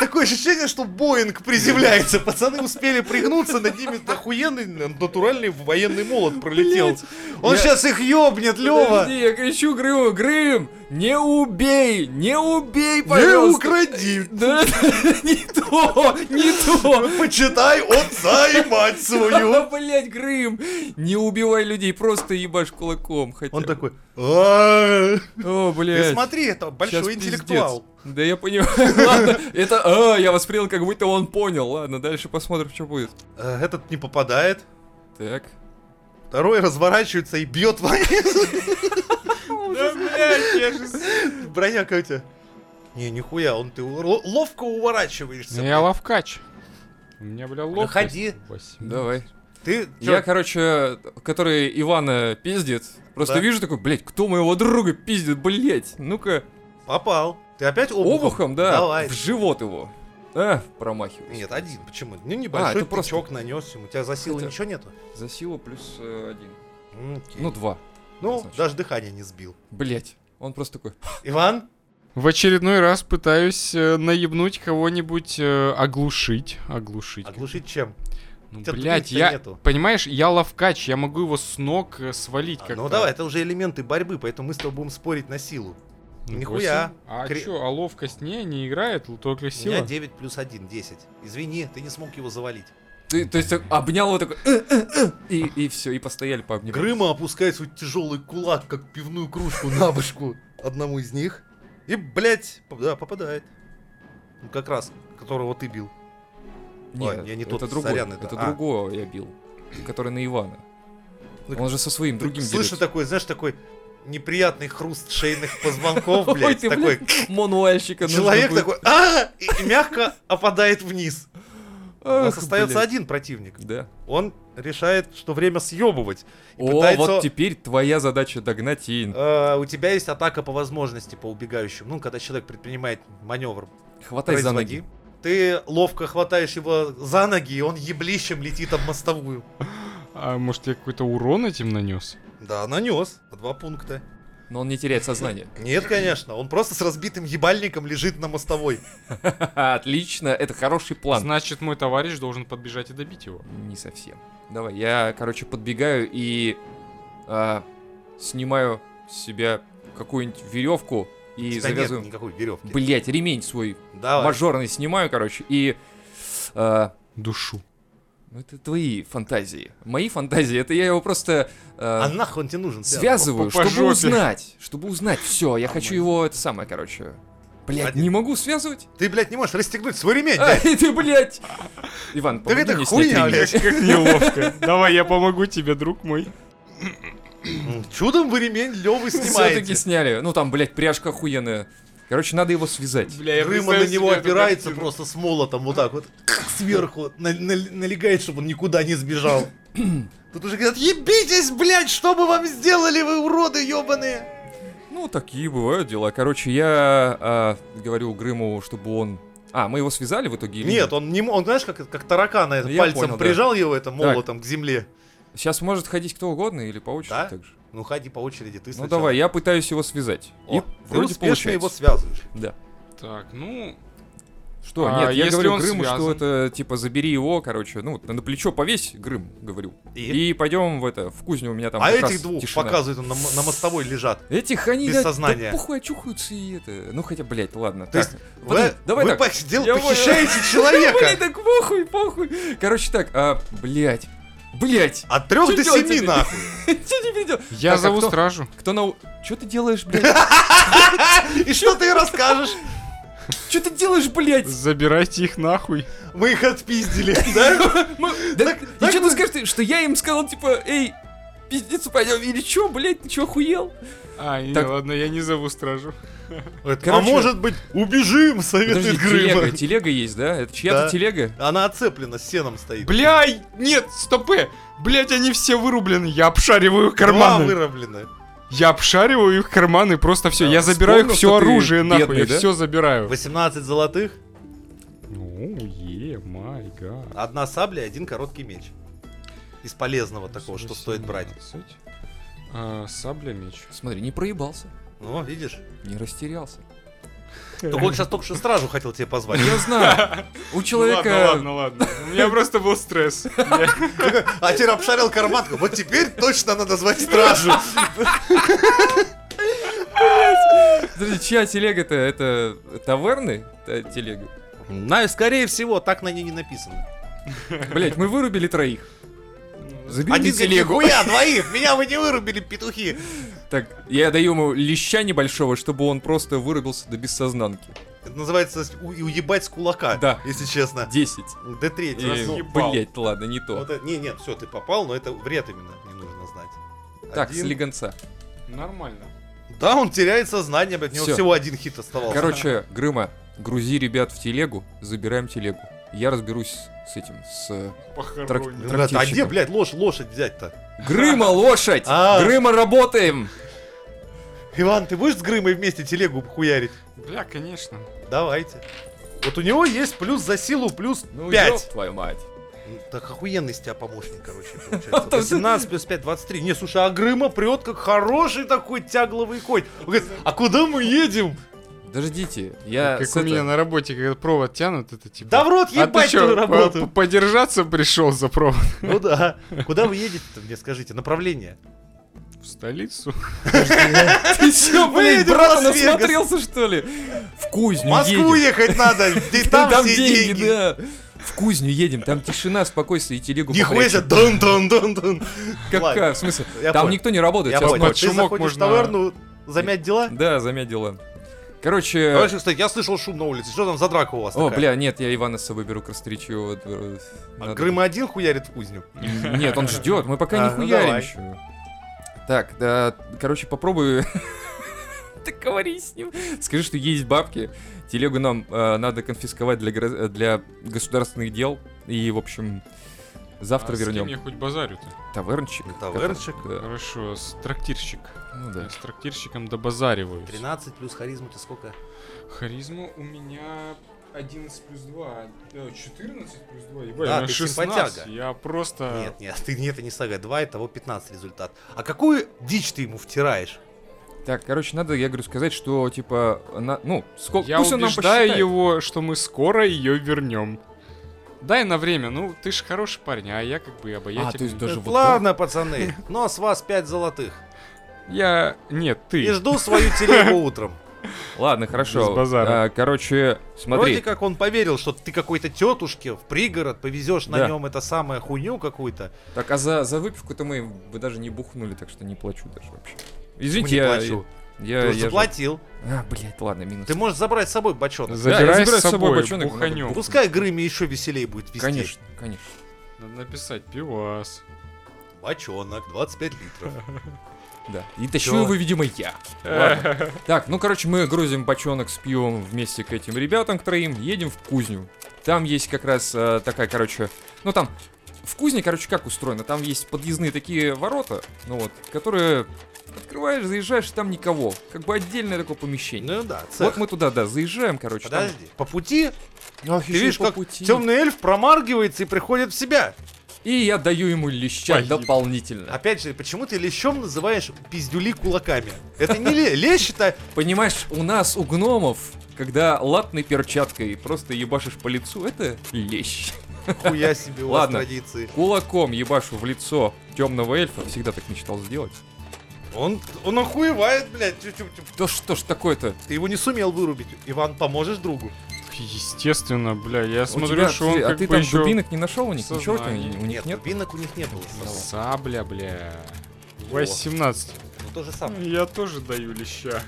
S1: Такое ощущение, что Боинг приземляется. Пацаны успели пригнуться, над ними охуенный натуральный военный молот пролетел.
S2: Блядь.
S1: Он
S2: Я-
S1: сейчас их ёбнет, Лёва.
S2: Подожди, я кричу Грыму, Грым, не убей, не убей,
S1: Не
S2: пожалуйста.
S1: укради.
S2: Да, <laughs> не то, не то.
S1: Почитай отца и мать свою.
S2: <laughs> Да, Блять, Грым, не убивай людей, просто ебашь кулаком хотя
S1: Он
S2: бы.
S1: такой... «А-а-а».
S2: О,
S1: Ты
S2: блядь.
S1: смотри, это
S2: щас
S1: большой интеллектуал.
S2: пиздец. Да я понимаю. <laughs> Ладно, это... а, я воспринял, как будто он понял. Ладно, дальше посмотрим, что будет.
S1: Э, Этот не попадает.
S2: Так.
S1: Второй разворачивается и бьет во Броня какая у тебя? Не, нихуя, он ты ло- ловко
S3: Ну,
S1: уворачиваешься.
S3: Я ловкач. У меня, бля, ловкость.
S1: ходи.
S3: Восемь.
S2: Давай.
S1: Ты
S2: Я,
S1: чё,
S2: короче, который Ивана пиздит, просто
S1: Да.
S2: вижу такой, блядь, кто моего друга пиздит, блядь, ну-ка,
S1: попал. Ты опять обухом?
S2: обухом, да,
S1: Давай.
S2: в живот его. А, промахиваюсь.
S1: Нет, один. Почему? Ну, небольшой
S2: А, это просто-
S1: тычок нанес ему. У тебя за силы
S2: Хотя-
S1: ничего нету?
S2: За силу плюс э, один.
S1: Окей.
S2: Ну, два.
S1: Ну,
S2: значит.
S1: даже дыхание не сбил.
S2: Блять. Он просто такой.
S1: Иван?
S3: В очередной раз пытаюсь э, наебнуть кого-нибудь, э, оглушить, оглушить.
S1: Оглушить чем?
S3: Ну,
S1: тебя
S3: блядь,
S1: тупить-то
S3: я,
S1: нету.
S3: понимаешь, я ловкач, я могу его с ног э, свалить
S1: А,
S3: как-то.
S1: ну давай, это уже элементы борьбы, поэтому мы с тобой будем спорить на силу.
S3: Ну,
S1: Нихуя.
S3: восемь. А
S1: Кре-
S3: чё, а ловкость не, не играет, л- только
S1: У
S3: сила?
S1: меня 9 плюс 1, 10. Извини, ты не смог его завалить.
S2: Ты, то есть, так обнял его такой. «Э, э, э», и, и все, и постояли по
S1: Грыма опускает свой тяжелый кулак, как пивную кружку на башку одному из них. И, блядь, поп- да, попадает. Ну, как раз, которого ты бил. Ладно, я не
S2: это
S1: тот,
S2: другой.
S1: сорян, это-
S2: это
S1: а.
S2: другого я бил. Который на Ивана.
S1: Ну,
S2: Он же со своим другим
S1: Слышу
S2: дерется.
S1: такой, знаешь, такой неприятный хруст шейных позвонков,
S2: <laughs> Ой,
S1: блядь.
S2: ты,
S1: Такой
S2: блядь, мануальщика нужно
S1: человек
S2: будет.
S1: такой, а И и мягко опадает вниз. У нас
S2: Ах,
S1: остается
S2: блядь.
S1: один противник.
S2: Да.
S1: Он решает, что время съебывать. И
S2: О,
S1: пытается-
S2: вот теперь твоя задача догнать и...
S1: Э, У тебя есть атака по возможности по убегающим. Ну, когда человек предпринимает маневр,
S2: Хватай за
S1: производи.
S2: ноги.
S1: Ты ловко хватаешь его за ноги, и он еблищем летит об мостовую.
S3: А может я какой-то урон этим нанес?
S1: Да, нанес. Два пункта.
S2: Но он не теряет сознание. <laughs>
S1: Нет, конечно. Он просто с разбитым ебальником лежит на мостовой.
S2: Отлично, это хороший план.
S3: Значит, мой товарищ должен подбежать и добить его.
S2: Не совсем. Давай, я, короче, подбегаю и а, снимаю с себя какую-нибудь веревку и
S1: У тебя Типа, нет
S2: завязываю.
S1: никакой веревки.
S2: Блять, ремень свой
S1: Давай.
S2: мажорный снимаю, короче, и. а,
S3: <laughs> Душу.
S2: ну, это твои фантазии. Мои фантазии, это я его просто а,
S1: А нахуй он тебе нужен? Сян?
S2: связываю,
S3: по- по
S2: чтобы
S3: жопе.
S2: узнать. Чтобы узнать. Все, я хочу
S1: Нормально.
S2: его это самое, короче. Блять,
S1: Один.
S2: не могу связывать.
S1: Ты, блядь, не можешь расстегнуть свой ремень,
S2: Ай,
S1: блядь.
S2: ты, блядь! Иван,
S1: Так
S2: помоги
S1: это
S2: мне снять
S1: хуйня,
S2: ремень.
S1: блядь.
S3: Как неловко. Давай, я помогу тебе, друг мой.
S1: М, Чудом вы ремень Левы
S2: Все-таки
S1: снимаете.
S2: сняли. Ну там, блядь, пряжка охуенная. Короче, надо его связать.
S3: Бля,
S1: Рыма на него опирается просто с молотом вот так вот сверху, на- на- налегает, чтобы он никуда не сбежал. <clears throat> Тут уже говорят, ебитесь, блядь, что бы вам сделали вы, уроды ебаные?
S2: Ну, такие бывают дела. Короче, я а, говорю Грыму, чтобы он... А, мы его связали в итоге? или
S1: Нет, он не м- он, знаешь, как, это- как таракана это
S2: Ну, я
S1: пальцем
S2: понял, да.
S1: прижал его это молотом к земле.
S2: Сейчас может ходить кто угодно или по очереди
S1: Да?
S2: так же.
S1: Ну ходи по очереди, ты
S2: Ну
S1: сначала.
S2: давай, я пытаюсь его связать.
S1: О,
S2: И
S1: ты
S2: вроде
S1: успешно
S2: получается.
S1: его связываешь.
S2: Да.
S3: Так, ну,
S2: Что?
S3: А,
S2: Нет, я
S3: если
S2: говорю
S3: он
S2: Грыму,
S3: связан?
S2: что это, типа, забери его, короче, ну, на плечо повесь, Грым, говорю.
S1: И?
S2: И, пойдем в это, в кузню у меня там
S1: а
S2: как раз
S1: этих двух
S2: тишина.
S1: показывает, он на, м- на мостовой лежат.
S2: Этих они...
S1: Без
S2: да-
S1: сознания.
S2: Да похуй, очухаются и это... Ну, хотя, блядь, ладно.
S1: То есть,
S2: Подожди,
S1: вы,
S2: давай
S1: вы
S2: так.
S1: пох- дел-
S2: <laughs> Я понял.
S1: похищаете
S2: Блять,
S1: <laughs> человека
S2: так похуй, похуй. Короче, так, а, блять. <laughs> Блять.
S1: от трех
S2: Чё
S1: до
S2: делать
S1: семи
S2: тебе?
S1: нахуй.
S2: Что ты видел?
S3: я
S2: Так, а
S3: зову
S2: кто-
S3: стражу.
S2: Кто на... Что ты делаешь,
S1: <laughs>
S2: блять?
S1: И что ты расскажешь?
S2: Что ты делаешь, блять?
S3: Забирайте их нахуй.
S1: Мы их
S2: <laughs>
S1: отпиздили, да?
S2: Да, и что ты скажешь, ты- что я им сказал, типа, эй, пиздец пойдем, или чё, блять, ты чё, охуел?
S3: А, не,
S2: Так.
S3: ладно, я не зову стражу.
S1: А
S2: Короче-
S1: может быть, убежим, советует
S2: Подожди, телега,
S1: Грыба.
S2: телега есть, да? Это чья-то
S1: Да.
S2: телега?
S1: Она оцеплена, сеном стоит.
S3: Бля, нет, стопы! Блять, они все вырублены. Я обшариваю их
S1: Два
S3: карманы.
S1: выровлены.
S3: Я обшариваю их карманы, просто все.
S2: Да,
S3: Я забираю
S2: вспомнил,
S3: все
S2: что ты
S3: оружие нахуй.
S2: бедный,
S3: Я
S2: да?
S3: все забираю.
S1: 18 золотых,
S3: Ну, е, май гад.
S1: одна сабля и один короткий меч. Из полезного такого, что стоит брать.
S3: 18. А, сабля меч.
S2: Смотри, не проебался,
S1: Ну, видишь?
S2: не растерялся.
S1: Только он сейчас только что стражу хотел тебе позвать. <laughs>
S2: <laughs> Я знаю, у человека...
S3: Ладно, ладно, ладно. <laughs> У меня просто был стресс.
S1: А теперь обшарил карман. такой, Вот теперь точно надо звать стражу.
S2: Подожди, чья телега-то? Это таверны та- телега?
S1: На, скорее всего, так на ней не написано.
S2: Блять, мы вырубили троих.
S3: Ну,
S2: Забери
S1: Один говорит,
S2: телегу. <laughs>
S1: «Нихуя, двоих, меня вы не вырубили, петухи.
S2: Так, я даю ему леща небольшого, чтобы он просто вырубился до бессознанки.
S1: Это называется с- у- уебать с кулака,
S2: Да.
S1: если честно.
S2: Десять.
S1: Д3.
S2: И,
S3: разъебал.
S2: Блять, ладно, не то.
S1: Вот это- не, нет, все, ты попал, но это вред именно, не нужно знать.
S2: так,
S1: Один.
S2: с легонца.
S3: Нормально.
S1: Да, он теряет сознание, блядь, у него
S2: Всё.
S1: всего один хит оставался.
S2: Короче, Грыма, грузи ребят в телегу, забираем телегу. Я разберусь с этим, с... э,
S3: Похоронил.
S1: Ребята, а где,
S2: трактирщиком.
S1: блядь, лошадь, лошадь взять-то?
S2: Грыма, лошадь!
S1: А.
S2: Грыма, работаем!
S1: Иван, ты будешь с Грымой вместе телегу хуярить?
S3: Бля, конечно.
S1: Давайте. Вот у него есть плюс за силу, плюс
S2: Ну, ёб
S1: 5.
S2: твою мать.
S1: Так охуенный из тебя помощник,
S2: <laughs>
S1: короче, получается. 18 плюс 5, 23. Не, слушай, а Грыма прет, как хороший такой тягловый конь. Он говорит, а куда мы едем?
S2: Подождите, я
S3: Как
S2: с
S3: у
S2: это-
S3: меня на работе, когда провод тянут, это типа...
S1: Да в рот
S3: а ты
S1: ебать
S3: чё,
S2: э,
S1: твою
S3: по-
S1: работу.
S3: по- подержаться пришел за провод?
S1: Ну да. Куда вы едете-то, мне скажите, направление.
S3: В столицу?
S2: <laughs> Ты чё, блин,
S1: Выйдем в
S2: брата
S1: Лас-Вегас.
S2: насмотрелся, что ли? В
S1: В
S2: кузню
S1: Москву
S2: <laughs> едем.
S1: ехать надо, и там все деньги.
S2: да. В кузню едем, там тишина, спокойствие и телегу
S1: Нихуя себе,
S2: попрячем.
S1: дон дон дон дон
S2: Какая, в смысле?
S1: Я
S2: Там
S1: понял.
S2: никто не работает.
S1: Я
S2: сейчас
S1: понял,
S2: ночь.
S1: ты
S3: шумок
S1: заходишь в
S3: можно-
S1: таверну, замять дела?
S2: Да, заметила. Короче...
S1: Короче, кстати, я слышал шум на улице. Что там за драка у вас
S2: О,
S1: такая?
S2: бля, нет, я Иванаса выберу Крастричева. э,
S1: А
S2: надо.
S1: Грыма один хуярит в кузню.
S2: Нет, он ждет, мы пока
S1: А,
S2: не
S1: ну
S2: хуярим
S1: давай.
S2: еще. Так, да, короче, попробую... <laughs> Договорись с ним. Скажи, что есть бабки. Телегу нам э, надо конфисковать для, гра- э, для государственных дел. И, в общем, завтра
S3: А с кем
S2: вернем.
S3: я хоть базарю-то?
S2: Тавернчик.
S1: Ну, тавернчик.
S2: который-
S3: Хорошо, с трактирщик.
S2: да. Ну да.
S3: Я с трактирщиком добазариваюсь.
S1: 13 плюс харизму ты сколько?
S3: Харизма у меня 11 плюс 2, 14 плюс 2, ебать,
S1: Да,
S3: у меня
S1: ты
S3: 16.
S1: симпатяга.
S3: Я
S2: А.
S3: просто...
S1: Нет, нет, ты не это не сага. 2, того 15 результат. А какую дичь ты ему втираешь?
S2: Так, короче, надо, я говорю, сказать, что, типа, на- ну, сколько...
S3: Я
S2: пусть он нам
S3: убеждаю
S2: посчитает.
S3: его, что мы скоро ее вернем. Дай на время, ну ты ж хороший парень, а я как бы обаятельный.
S2: А, то есть даже
S1: Э,
S2: вот
S1: Ладно,
S2: <laughs>
S1: пацаны, но с вас 5 золотых.
S3: Я... Нет, ты.
S1: И жду свою телегу
S2: <laughs>
S1: утром.
S2: так? Ладно, хорошо.
S3: Без базара.
S2: А, короче, смотри.
S1: Вроде как он поверил, что ты какой-то тетушке в пригород повезешь на
S2: Да.
S1: нем это самое хуйню какую-то.
S2: Так, а за, за выпивку-то мы вы даже не бухнули, так что не плачу даже вообще.
S1: Ему
S2: Извините,
S1: не
S2: я...
S1: плачу.
S2: Я,
S1: Ты
S2: я
S1: уже
S2: же-
S1: заплатил.
S2: А, блядь, ладно, минус.
S1: Ты можешь забрать с собой бочонок.
S2: Да,
S3: Забирай
S2: я забираю
S3: с собой,
S2: бочонок,
S3: буханем.
S2: надо
S1: Пускай Грыме еще веселее будет вести.
S2: Конечно, конечно.
S3: Надо написать пивас.
S1: Бочонок, 25 <laughs> литров.
S2: Да. И тащу
S1: Всё.
S2: его, видимо, я.
S1: <laughs>
S2: Ладно. Так, ну, короче, мы грузим бочонок с пивом вместе к этим ребятам, к троим, едем в кузню. Там есть как раз э, такая, короче... Ну, там... В кузне, короче, как устроено? Там есть подъездные такие ворота, ну вот, которые открываешь, заезжаешь, и там никого. Как бы отдельное такое помещение.
S1: Ну да, цех.
S2: вот мы туда, да, заезжаем, короче. там-
S1: Подожди. По пути
S2: Ах,
S1: ты
S2: ещё и
S1: видишь,
S2: по
S1: как
S2: пути.
S1: темный эльф промаргивается и приходит в себя.
S2: И я даю ему леща
S3: Погиб.
S2: дополнительно.
S1: Опять же, почему ты лещом называешь пиздюли кулаками? Это не ле- лещ, это
S2: Понимаешь, у нас, у гномов, когда латной перчаткой просто ебашишь по лицу, это лещ.
S1: хуя себе у вас
S2: Ладно.
S1: традиции.
S2: Кулаком ебашу в лицо темного эльфа, всегда так мечтал сделать.
S1: Он, он охуевает, блядь. Тю- тю- тю.
S2: Да что ж такое-то?
S1: Ты его не сумел вырубить. Иван, поможешь другу?
S3: Естественно, бля, я
S2: У
S3: смотрю,
S2: тебя-
S3: что он
S2: ты- а
S3: как
S2: ты
S3: бы
S2: там
S3: еще...
S2: дубинок не нашел у них? Ничего у
S3: сознании.
S2: них у них нет?
S1: дубинок у них не было. самого.
S3: Сабля, бля. 18.
S1: Ну то же самое.
S3: Я тоже даю леща.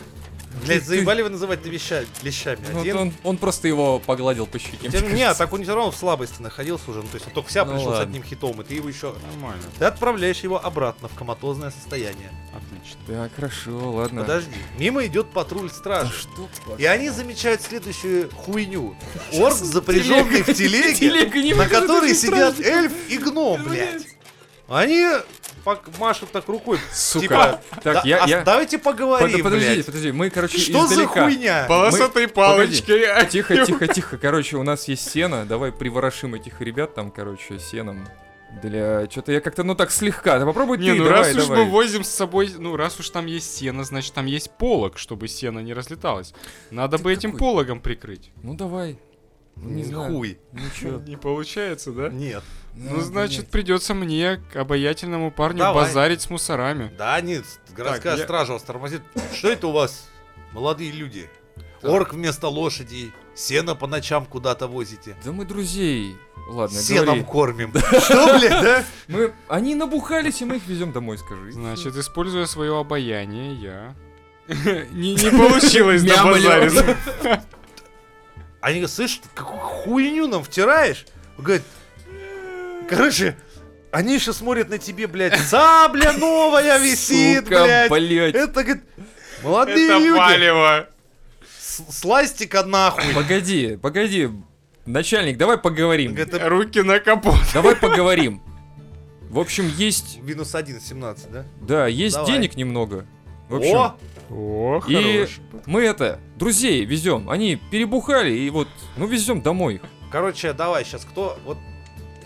S1: Блядь,
S2: ты-
S1: заебали вы называть веща, лещами.
S2: Ну,
S1: Один.
S2: вот он, он просто его погладил по щеке.
S1: Тем-
S2: мне
S1: не,
S2: кажется.
S1: так он все равно в слабости находился уже. Ну, то есть он только в себя
S2: Ну
S1: пришел с
S2: ладно.
S1: одним хитом, и ты его еще...
S3: Нормально,
S1: Ты отправляешь его обратно в коматозное состояние.
S3: отлично.
S2: Так, хорошо, ладно.
S1: Подожди. Мимо идет патруль
S2: Да
S1: стражи.
S2: что?
S1: И они замечают следующую хуйню. Орк, запряженный в телеге,
S2: <laughs> Телега не
S1: на
S2: выглядит
S1: которой
S2: очень
S1: сидят типа,
S2: страшно.
S1: эльф и гном, блядь. Они пак- машут так рукой.
S2: Сука.
S1: Типа,
S2: Так,
S1: «Да,
S2: я...
S1: а
S2: я...
S1: Давайте
S2: Под-
S1: поговорим,
S2: Подожди,
S1: блядь.
S2: подожди, мы, короче,
S1: Что за
S2: издалека.
S1: хуйня?
S3: Полосатые палочки. а,
S2: Тихо, тихо, тихо. Короче, у нас есть сено. Давай приворошим этих ребят там, короче, сеном. Для... Что-то я как-то, ну так слегка. Да попробуй
S3: Не,
S2: ты,
S3: ну
S2: давай,
S3: раз уж
S2: давай.
S3: мы возим с собой, ну раз уж там есть сено, значит там есть полог, чтобы сено не разлеталось. Надо
S2: Ты
S3: бы этим
S2: какой?
S3: пологом прикрыть.
S2: Ну давай. Не
S1: Не
S2: знаю.
S1: хуй.
S2: Ничего.
S3: Не получается, да?
S1: Нет.
S3: Ну, значит, придется мне, к обаятельному парню,
S1: Давай.
S3: базарить с мусорами.
S1: Да, нет, городская
S3: Так, я-
S1: стража вас тормозит. Что это у вас, молодые люди? Орк вместо лошадей, сено по ночам куда-то возите.
S2: Да мы друзей. Ладно,
S1: Сеном
S2: говори. <laughs>
S1: кормим. Что, блядь, да?
S2: Мы... Они набухались, и мы их везем домой, скажи.
S3: Значит, используя свое обаяние, я... <laughs> Не, не получилось на базаре.
S1: <laughs> Они говорят, слышь, ты какую хуйню нам втираешь? Он говорит, короче, они еще смотрят на тебе, блядь, сабля
S2: <laughs>
S1: новая висит,
S2: Сука,
S1: блядь.
S2: блядь.
S1: Это, говорит, молодые
S3: Это
S1: люди,
S3: палево.
S1: с- сластика нахуй.
S2: Погоди, погоди. Начальник, давай поговорим.
S1: Говорит, это
S3: Руки на капот.
S2: Давай поговорим. В общем, есть...
S1: минус один, 17, да?
S2: Да, есть
S1: Давай.
S2: денег немного. В общем,
S1: О!
S3: О,
S2: И-
S3: хорош.
S2: мы это, друзей везем. Они перебухали, и вот, ну, везем домой их.
S1: Короче, давай сейчас кто... Вот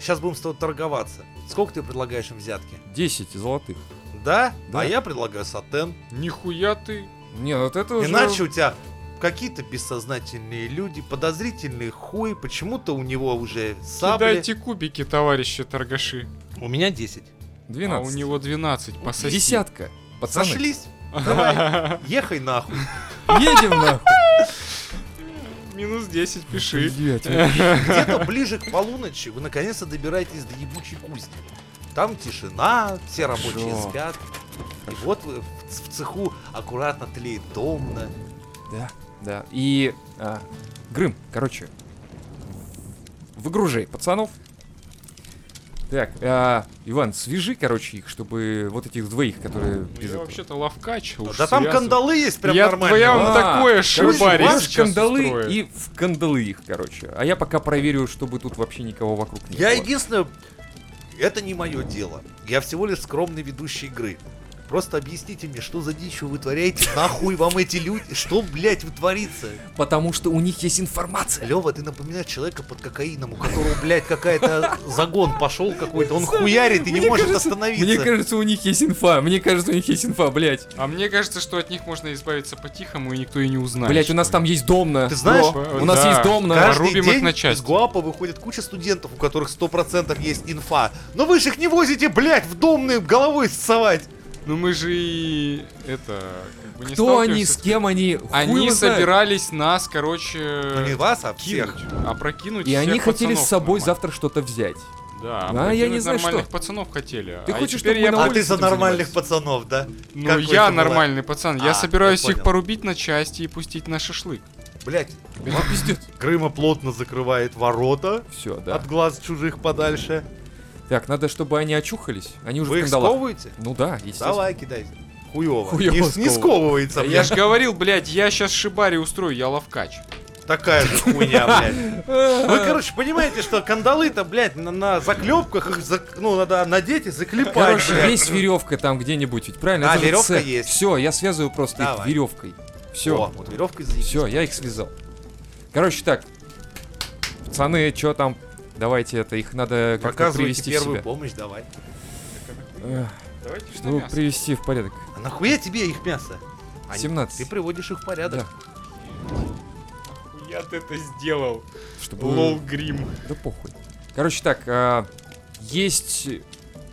S1: сейчас будем с тобой торговаться. Сколько ты предлагаешь им взятки?
S2: 10 золотых.
S1: Да?
S2: Да.
S1: А я предлагаю сатен.
S3: Нихуя ты.
S2: Не, ну, вот это уже...
S1: Иначе у тебя какие-то бессознательные люди, подозрительные хуй, почему-то у него уже сабли.
S3: Кидайте кубики, товарищи торгаши.
S1: У меня 10.
S2: 12.
S3: А у него 12, пососи.
S2: Десятка. Пацаны,
S1: Сошлись? Давай, ехай нахуй.
S3: <laughs>
S2: едем нахуй.
S3: <laughs> Минус 10 пиши.
S2: Блядь, вот
S1: Где-то ближе к полуночи вы наконец-то добираетесь до ебучей кузни. Там тишина, все рабочие
S2: Хорошо.
S1: спят. И вот вы в ц- в цеху аккуратно тлеет домна.
S2: Да, да. И... а, Грым, короче. Выгружай пацанов. Так, а, Иван, свяжи, короче, их, чтобы вот этих двоих, которые
S3: Ну,
S2: без
S3: Я
S2: этого.
S3: вообще-то ловкач. уж
S1: Да там
S3: связан.
S1: кандалы есть прям
S3: Я
S1: нормально.
S3: твоя-
S1: Вот.
S3: вот такое
S2: А, короче,
S1: шибарь
S2: вас в
S3: сейчас
S2: кандалы
S3: устрою.
S2: и в кандалы их, короче. А я пока проверю, чтобы тут вообще никого вокруг не
S1: Я
S2: было.
S1: единственное, это не мое дело. Я всего лишь скромный ведущий игры. Просто объясните мне, что за дичь вы творяете, нахуй вам эти люди, что, блядь, вы творится?
S2: Потому что у них есть информация.
S1: Лева, ты напоминаешь человека под кокаином, у которого, блядь, какая-то загон пошел какой-то, он хуярит и не
S2: Мне
S1: может
S2: кажется- Мне
S1: остановиться.
S2: кажется, у них есть инфа. Мне кажется, у них есть инфа, блядь.
S3: А мне кажется, что от них можно избавиться по-тихому, и никто и не узнает.
S2: Блять, у нас там есть домна.
S1: Ты знаешь,
S2: У нас есть домна.
S1: Каждый
S3: Рубим
S1: день
S3: их на
S1: из
S3: части.
S1: ГУАПа выходит куча студентов, у которых 100% есть инфа. Но вы же их не возите, блядь, в домные головой совать.
S3: Ну мы же и... Это... как бы не
S2: Кто они, с
S3: сталкиваемся
S2: кем они, хуй
S3: Они
S2: его знает.
S3: собирались нас,
S1: Ну, не
S3: короче,
S1: вас, а
S3: кинуть,
S1: всех.
S3: опрокинуть
S2: И они
S3: всех
S2: хотели с
S3: пацанов
S2: собой
S3: нормально.
S2: завтра что-то взять.
S3: Да,
S2: Да, я
S3: опрокинуть
S2: не знаю, что.
S3: нормальных пацанов хотели.
S2: Ты
S3: а
S2: хочешь, чтобы
S3: теперь
S2: мы
S3: я...
S2: на
S1: А ты
S2: улице
S1: за
S2: этим занимаешься?
S1: нормальных пацанов, да?
S3: Ну
S1: Как
S3: я
S1: это было?
S3: нормальный пацан,
S1: А,
S3: я собираюсь
S1: я понял.
S3: их порубить на части и пустить на шашлык.
S1: Блять,
S3: Ну,
S2: Это пиздец.
S1: Крыма плотно закрывает ворота
S2: Все, да.
S1: от глаз чужих подальше.
S2: Так, надо, чтобы они очухались. Они уже
S1: Вы
S2: в
S1: их
S2: кандалах.
S1: сковываете?
S2: Ну да, естественно.
S1: Давай, кидайте. Хуёво.
S2: Хуёво
S1: не, не
S2: сковывает.
S1: сковывается,
S3: Я
S1: блядь.
S3: же говорил, блядь, я сейчас шибари устрою, я ловкач.
S1: Такая же
S2: <laughs>
S1: хуйня, блядь. Вы, короче, понимаете, что кандалы-то, блядь, на, на заклепках их, зак- ну, надо надеть и заклепать,
S2: Короче,
S1: блядь.
S2: есть веревка там где-нибудь, ведь правильно?
S1: А, верёвка есть.
S2: Все, я связываю просто их
S1: Давай.
S2: веревкой. Все.
S1: О, вот веревка
S2: Все, я их связал. Короче, так. Пацаны, что там? Давайте это, их надо как-то
S1: Показывайте
S2: привести в
S1: первую
S2: себя.
S1: помощь, давай.
S2: Эх,
S3: Давайте ж на
S2: Чтобы
S3: мясо.
S2: привести в порядок.
S1: А нахуя тебе их мясо? Они-
S2: 17.
S1: Ты приводишь их в порядок.
S3: Я ты это сделал.
S2: Чтобы...
S3: Лол грим.
S2: Да похуй. Короче, так, а, есть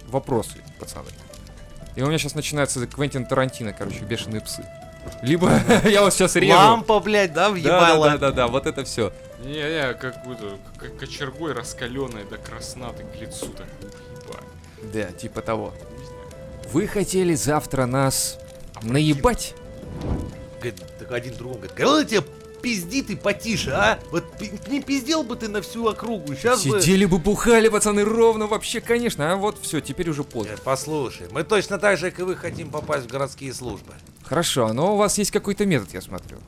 S2: вопросы, пацаны. И у меня сейчас начинается Квентин Тарантино, короче, бешеные псы. Либо <laughs> я вас сейчас режу.
S1: Лампа, блядь, да,
S2: да,
S1: въебала?
S2: да, да, да, да, вот это все.
S3: Не-не, как будто как кочергой раскаленной до красноты к лицу так. Ебать.
S2: Да, типа того. Вы хотели завтра нас наебать?
S1: Говорит, так один другому говорит, говорил я тебе, пизди ты потише, а? Вот пи- не пиздел бы ты на всю округу, сейчас бы...
S2: Сидели бы бухали, пацаны, ровно вообще, конечно. А вот все, теперь уже поздно.
S1: Э, Послушай, мы точно так же, как и вы, хотим попасть в городские службы.
S2: Хорошо, но у вас есть какой-то метод, я смотрю.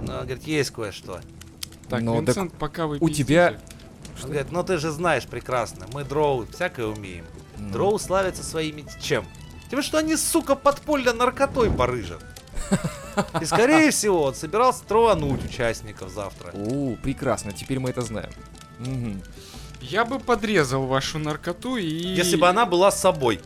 S1: Но, Ну, говорит, есть кое-что.
S3: Так,
S2: Но Ну, так
S3: Винсент, пока вы
S2: у тебя-
S3: пиздите.
S1: Он говорит, ну ты же знаешь прекрасно, мы дроу всякое умеем.
S2: Ну.
S1: Дроу славятся своими чем? Тем, что они, сука, подпольно наркотой барыжат. И, скорее всего, он собирался тронуть участников завтра.
S2: О, прекрасно, теперь мы это знаем. Мгм.
S3: Я бы подрезал вашу наркоту и...
S1: Если бы она была с собой.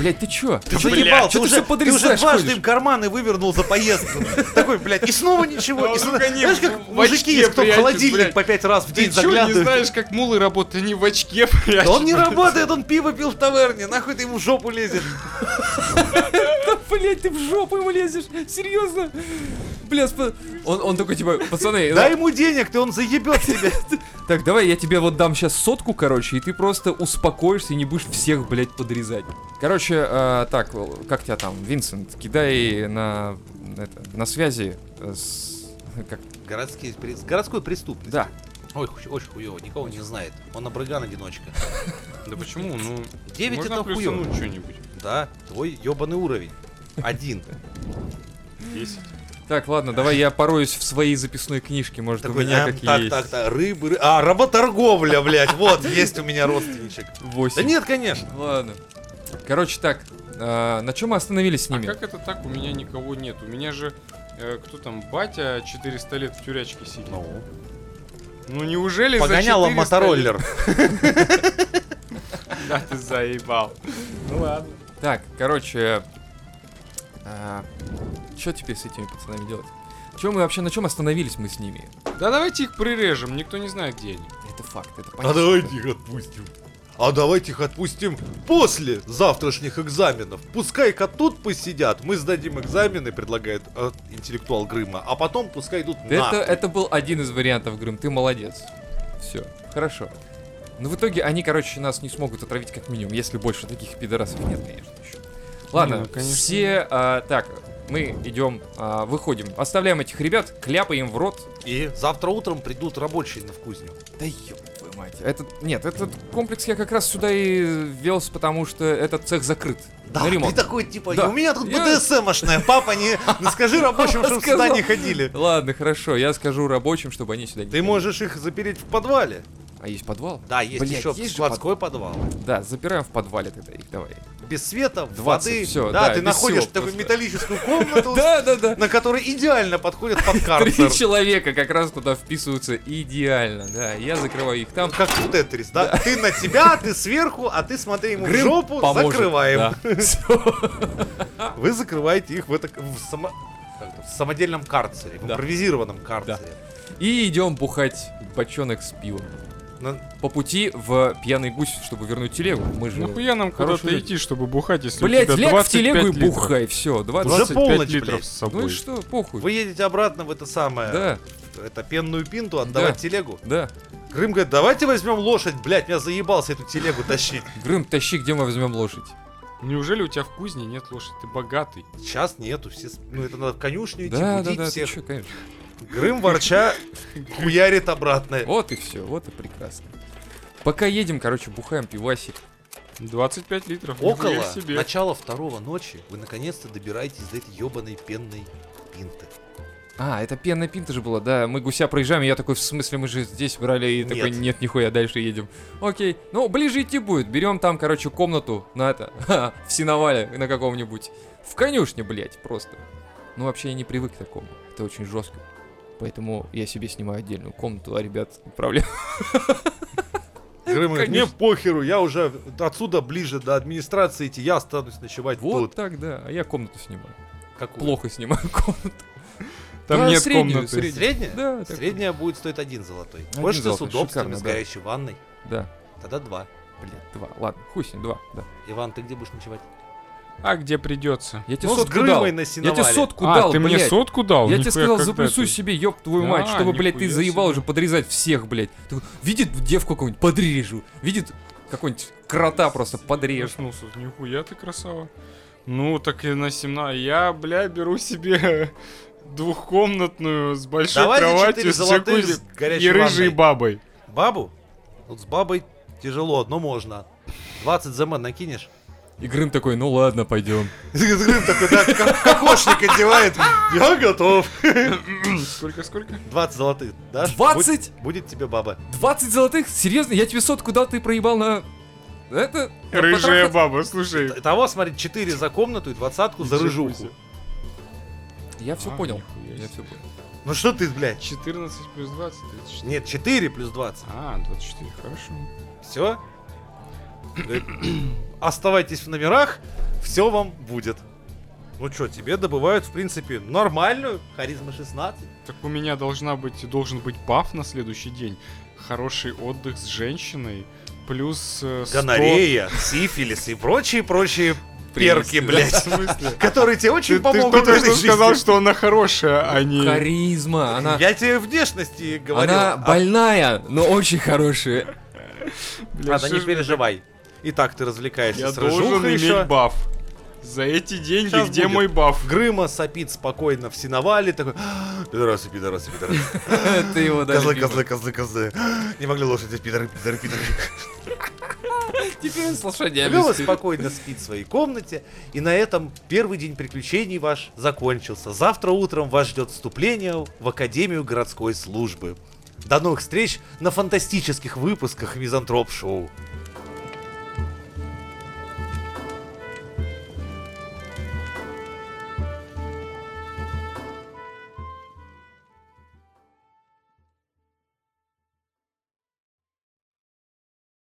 S2: Блять, ты чё?
S1: Ты
S2: чё,
S1: заебал,
S2: чё
S1: ты,
S2: всё
S1: уже, ты уже
S2: подрезаешь
S1: дважды
S2: ходишь?
S1: им карманы вывернул за поездку. <laughs> Такой, блядь, и снова ничего.
S3: Да
S1: и
S3: он,
S1: снова-
S3: ну, конечно,
S1: Знаешь, как
S3: в
S1: мужики
S3: очке
S1: есть, кто в
S3: прячет,
S1: холодильник
S3: блядь.
S1: по пять раз в
S3: Ты
S1: день
S3: чё, не
S1: заглядывают.
S3: знаешь, как мулы работают, они в очке прячут.
S1: Да он не работает, он пиво пил в таверне, нахуй ты ему в жопу лезешь.
S2: Да, блять, ты в жопу ему лезешь, серьезно? Бля, спа- он, он такой типа, пацаны,
S1: Дай ему денег, ты он заебет тебя.
S2: так, давай я тебе вот дам сейчас сотку, короче, и ты просто успокоишься и не будешь всех, блять, подрезать. Короче, э, так, л- как тебя там, Винсент, кидай на, это, на связи э, с... <laughs> Как?
S1: <laughs> Городские, при- городской преступник.
S2: Да.
S1: Ой, ху- очень хуево, никого не знает. Он обрыган одиночка.
S3: Да почему? Ну,
S1: 9
S3: можно
S1: это хуево.
S3: плюсануть что-нибудь.
S1: Да, твой ебаный уровень. Один.
S3: 10.
S2: Так, ладно, давай я пороюсь в своей записной книжке, может,
S1: Такой,
S2: у меня
S1: эм, <laughs>
S2: какие
S1: так,
S2: есть.
S1: так, так, рыбы, ры- а, работорговля, блядь, вот, есть у меня родственничек. Да
S2: Восемь.
S1: нет, конечно.
S2: Ладно. Короче, так, э, э, на чем мы остановились с
S3: А
S2: ними?
S3: как это так? У меня никого нет. У меня же, э, кто там, батя 400 лет в тюрячке сидит. Ну, неужели за
S1: Погоняла
S3: 400
S1: мотороллер.
S3: лет- Да ты заебал. Ну ладно.
S2: Так, короче, что теперь с этими пацанами делать? Чем мы вообще, на чем остановились мы с ними?
S3: Да давайте их прирежем, никто не знает, где они.
S2: Это факт, это
S1: А
S2: понятно.
S1: давайте их отпустим. А давайте их отпустим после завтрашних экзаменов. Пускай-ка тут посидят, мы сдадим экзамены, предлагает э, интеллектуал Грыма, а потом пускай идут
S2: Да
S1: на.
S2: Это, это был один из вариантов, Грым, ты молодец. Все, хорошо. Но в итоге они, короче, нас не смогут отравить как минимум, если больше таких пидорасов нет, конечно, еще. Ладно,
S3: Не, ну, конечно.
S2: все, а, так, мы идем, а, выходим, оставляем этих ребят, кляпаем в рот.
S1: И завтра утром придут рабочие на вкусню.
S2: Да ёб твою мать. Этот, нет, этот комплекс я как раз сюда и ввез, потому что этот цех закрыт.
S1: Да,
S2: на
S1: ты
S2: ремонт.
S1: такой типа,
S2: Да.
S1: у меня тут
S2: Я-
S1: БДСМошная, папа, не ну скажи рабочим,
S2: Папа
S1: чтобы сюда
S2: сказал.
S1: не ходили.
S2: Ладно, хорошо, я скажу рабочим, чтобы они сюда не
S1: Ты
S2: ходили.
S1: можешь их запереть в подвале.
S2: А есть подвал?
S1: Да, есть
S2: Блядь,
S1: еще
S2: есть же
S1: складской подвал.
S2: Да, запираем в подвале тогда их, давай.
S1: Без света,
S2: 20,
S1: воды.
S2: всё,
S1: да,
S2: да,
S1: ты
S2: без
S1: находишь
S2: всего
S1: такую
S2: просто.
S1: металлическую комнату,
S2: Да, да, да.
S1: на которой идеально подходит
S2: <laughs>
S1: под
S2: Три
S1: карцер.
S2: человека как раз туда вписываются идеально, да. Я закрываю их там.
S1: Как в Тетрис, да? Ты на тебя, ты сверху, а ты смотри ему
S2: Грым
S1: в жопу,
S2: поможет,
S1: закрываем.
S2: да. Всё.
S1: <laughs> Вы закрываете их в, это, в, само- как это, в самодельном карцере, в
S2: Да.
S1: импровизированном карцере.
S2: И идем бухать бочонок с пивом.
S1: На-
S2: По пути в пьяный гусь, чтобы вернуть телегу. Мы
S1: Ну,
S2: же...
S3: Нахуя нам
S2: Хороший
S3: куда-то
S2: люди.
S3: идти, чтобы бухать, если
S2: Блять,
S3: у тебя
S2: ляг в
S3: 25
S2: телегу и
S3: литров?
S2: бухай, все, 20.
S1: Уже
S3: 25
S1: полночь,
S3: литров
S1: блядь.
S3: с
S2: Ну и
S3: собой.
S2: что, похуй.
S1: Вы едете обратно в это самое,
S2: Да,
S1: это пенную пинту, отдавать
S2: Да.
S1: телегу.
S2: да.
S1: Грым говорит, давайте возьмем лошадь, блядь, меня заебался эту телегу тащить.
S2: Грым, тащи, где мы возьмем лошадь.
S3: Неужели у тебя в кузне нет лошади? Ты богатый.
S1: Сейчас нету, все, с- ну это надо в конюшню идти,
S2: Да, да,
S1: будить
S2: да, ты
S1: всех.
S2: чё, конечно.
S1: Грым ворча хуярит обратно.
S2: Вот и все, вот и прекрасно. Пока едем, короче, бухаем пивасик.
S3: 25 литров.
S1: Около
S3: нихуя себе.
S1: начала второго ночи вы наконец-то добираетесь до этой ебаной пенной пинты.
S2: А, это пенная пинта же была, да. Мы гуся проезжаем, и я такой, в смысле, мы же здесь брали, и такой,
S1: Нет.
S2: нет, нихуя, дальше едем. Окей, ну, ближе идти будет. Берем там, короче, комнату на это, <laughs> ха, в синовале на каком-нибудь. В конюшне, блядь, просто. Ну, вообще, я не привык к такому. Это очень жестко. Поэтому я себе снимаю отдельную комнату, а ребят отправляю.
S1: Грым говорит, мне
S2: Конечно.
S1: похеру, я уже отсюда ближе до администрации идти, я останусь ночевать
S2: Вот
S1: тут.
S2: так, да. А я комнату снимаю.
S1: Какую?
S2: Плохо снимаю <laughs> комнату.
S3: Там
S2: Да,
S3: нет
S2: среднюю,
S3: комнаты.
S2: среднюю.
S1: Средняя?
S2: Да, так-
S1: Средняя будет стоить один золотой.
S2: Один
S1: Можешь ты с
S2: золотой,
S1: удобствами,
S2: шикарно,
S1: с
S2: да.
S1: горячей ванной,
S2: Да.
S1: тогда два.
S2: Блядь, два. Ладно, хуй с ним, два. Да.
S1: Иван, ты где будешь ночевать?
S3: А где придется?
S2: Я тебе
S1: Ну, с
S2: сотку дал.
S1: Грымой на
S2: Я тебе
S1: синовале.
S2: сотку
S3: а,
S2: дал,
S3: ты мне
S2: блядь.
S3: сотку дал?
S2: Я тебе
S3: Нихуя,
S2: сказал,
S3: как
S2: запрессуй
S3: это?
S2: себе, ёб твою
S3: Да,
S2: мать, чтобы, блядь, ты
S3: нихуя
S2: заебал
S3: себе.
S2: уже подрезать всех, блядь. Ты видит девку какую-нибудь, подрежу. Видит какого-нибудь крота просто подрежу.
S3: Проснулся. Нихуя ты красава. Ну, так и на 17. Я, бля, беру себе <laughs> двухкомнатную с большой
S1: Давайте четыре
S3: кроватью, с
S1: золотых
S3: джакузи
S1: с горячей
S3: и рыжей
S1: ванной. <clears throat>
S3: бабой.
S1: Бабу? Вот с бабой тяжело, но можно. 20 зм накинешь?
S2: И Грым такой, ну ладно, пойдем.
S1: Грым такой, да, как- кокошник одевает. Я готов.
S3: Сколько,
S1: <clears throat>
S3: сколько?
S1: 20 золотых, да?
S2: 20?
S1: Будет тебе баба.
S2: 20 золотых? Серьезно? Я тебе сотку дал, ты проебал на... э, Это... на
S3: Рыжая
S1: <laughs>
S2: потрахать?
S3: баба, слушай.
S1: Т- Того, смотри, 4 за комнату и двадцатку за
S3: Джакузи.
S1: рыжуху.
S2: Я все
S3: А,
S2: понял.
S3: нихуя
S2: Я
S3: себе.
S2: все понял.
S1: Ну что ты, блядь?
S3: 14 плюс 20,
S1: <clears throat>
S3: 34.
S1: Нет, 4 плюс 20.
S3: А, 24, хорошо.
S1: Все? Э, Оставайтесь в номерах, все вам будет. Ну что, тебе добывают, в принципе, нормальную харизма 16.
S3: Так у меня должна быть, должен быть баф на следующий день. Хороший отдых с женщиной. Плюс э, 100
S1: Гонорея, сифилис и прочие-прочие перки,
S2: Принесли,
S1: <laughs>
S2: да.
S3: В
S1: блядь.
S3: <laughs> смысле?
S1: Которые тебе
S3: Ты,
S1: очень
S3: ты
S1: помогут в
S3: только
S1: этой
S3: что сказал,
S1: жизни.
S3: что она хорошая, а не...
S2: Харизма, она...
S1: Я тебе внешности говорил.
S2: Она
S1: а-
S2: больная, но очень хорошая. <laughs>
S3: Бля,
S1: Ладно,
S3: что
S1: не
S3: ж-
S1: переживай. И так ты развлекаешься
S3: Я
S1: с
S3: должен
S1: рыжухой
S3: иметь
S1: еще.
S3: баф. За эти деньги,
S1: Щас
S3: где
S1: будет.
S3: мой баф?
S1: Грыма сопит спокойно в синовале, такой, «А, пидорасы, пидорасы, пидорасы,
S2: Ты его даже
S1: козлы,
S2: не-
S1: козлы, козлы, козлы, не могли лошади, пидоры, пидоры, пидоры.
S2: Теперь с
S1: Грыма
S2: лошадями. спит.
S1: спокойно спит в своей комнате, и на этом первый день приключений ваш закончился. Завтра утром вас ждет вступление в Академию городской службы. До новых встреч на фантастических выпусках Мизантроп Шоу.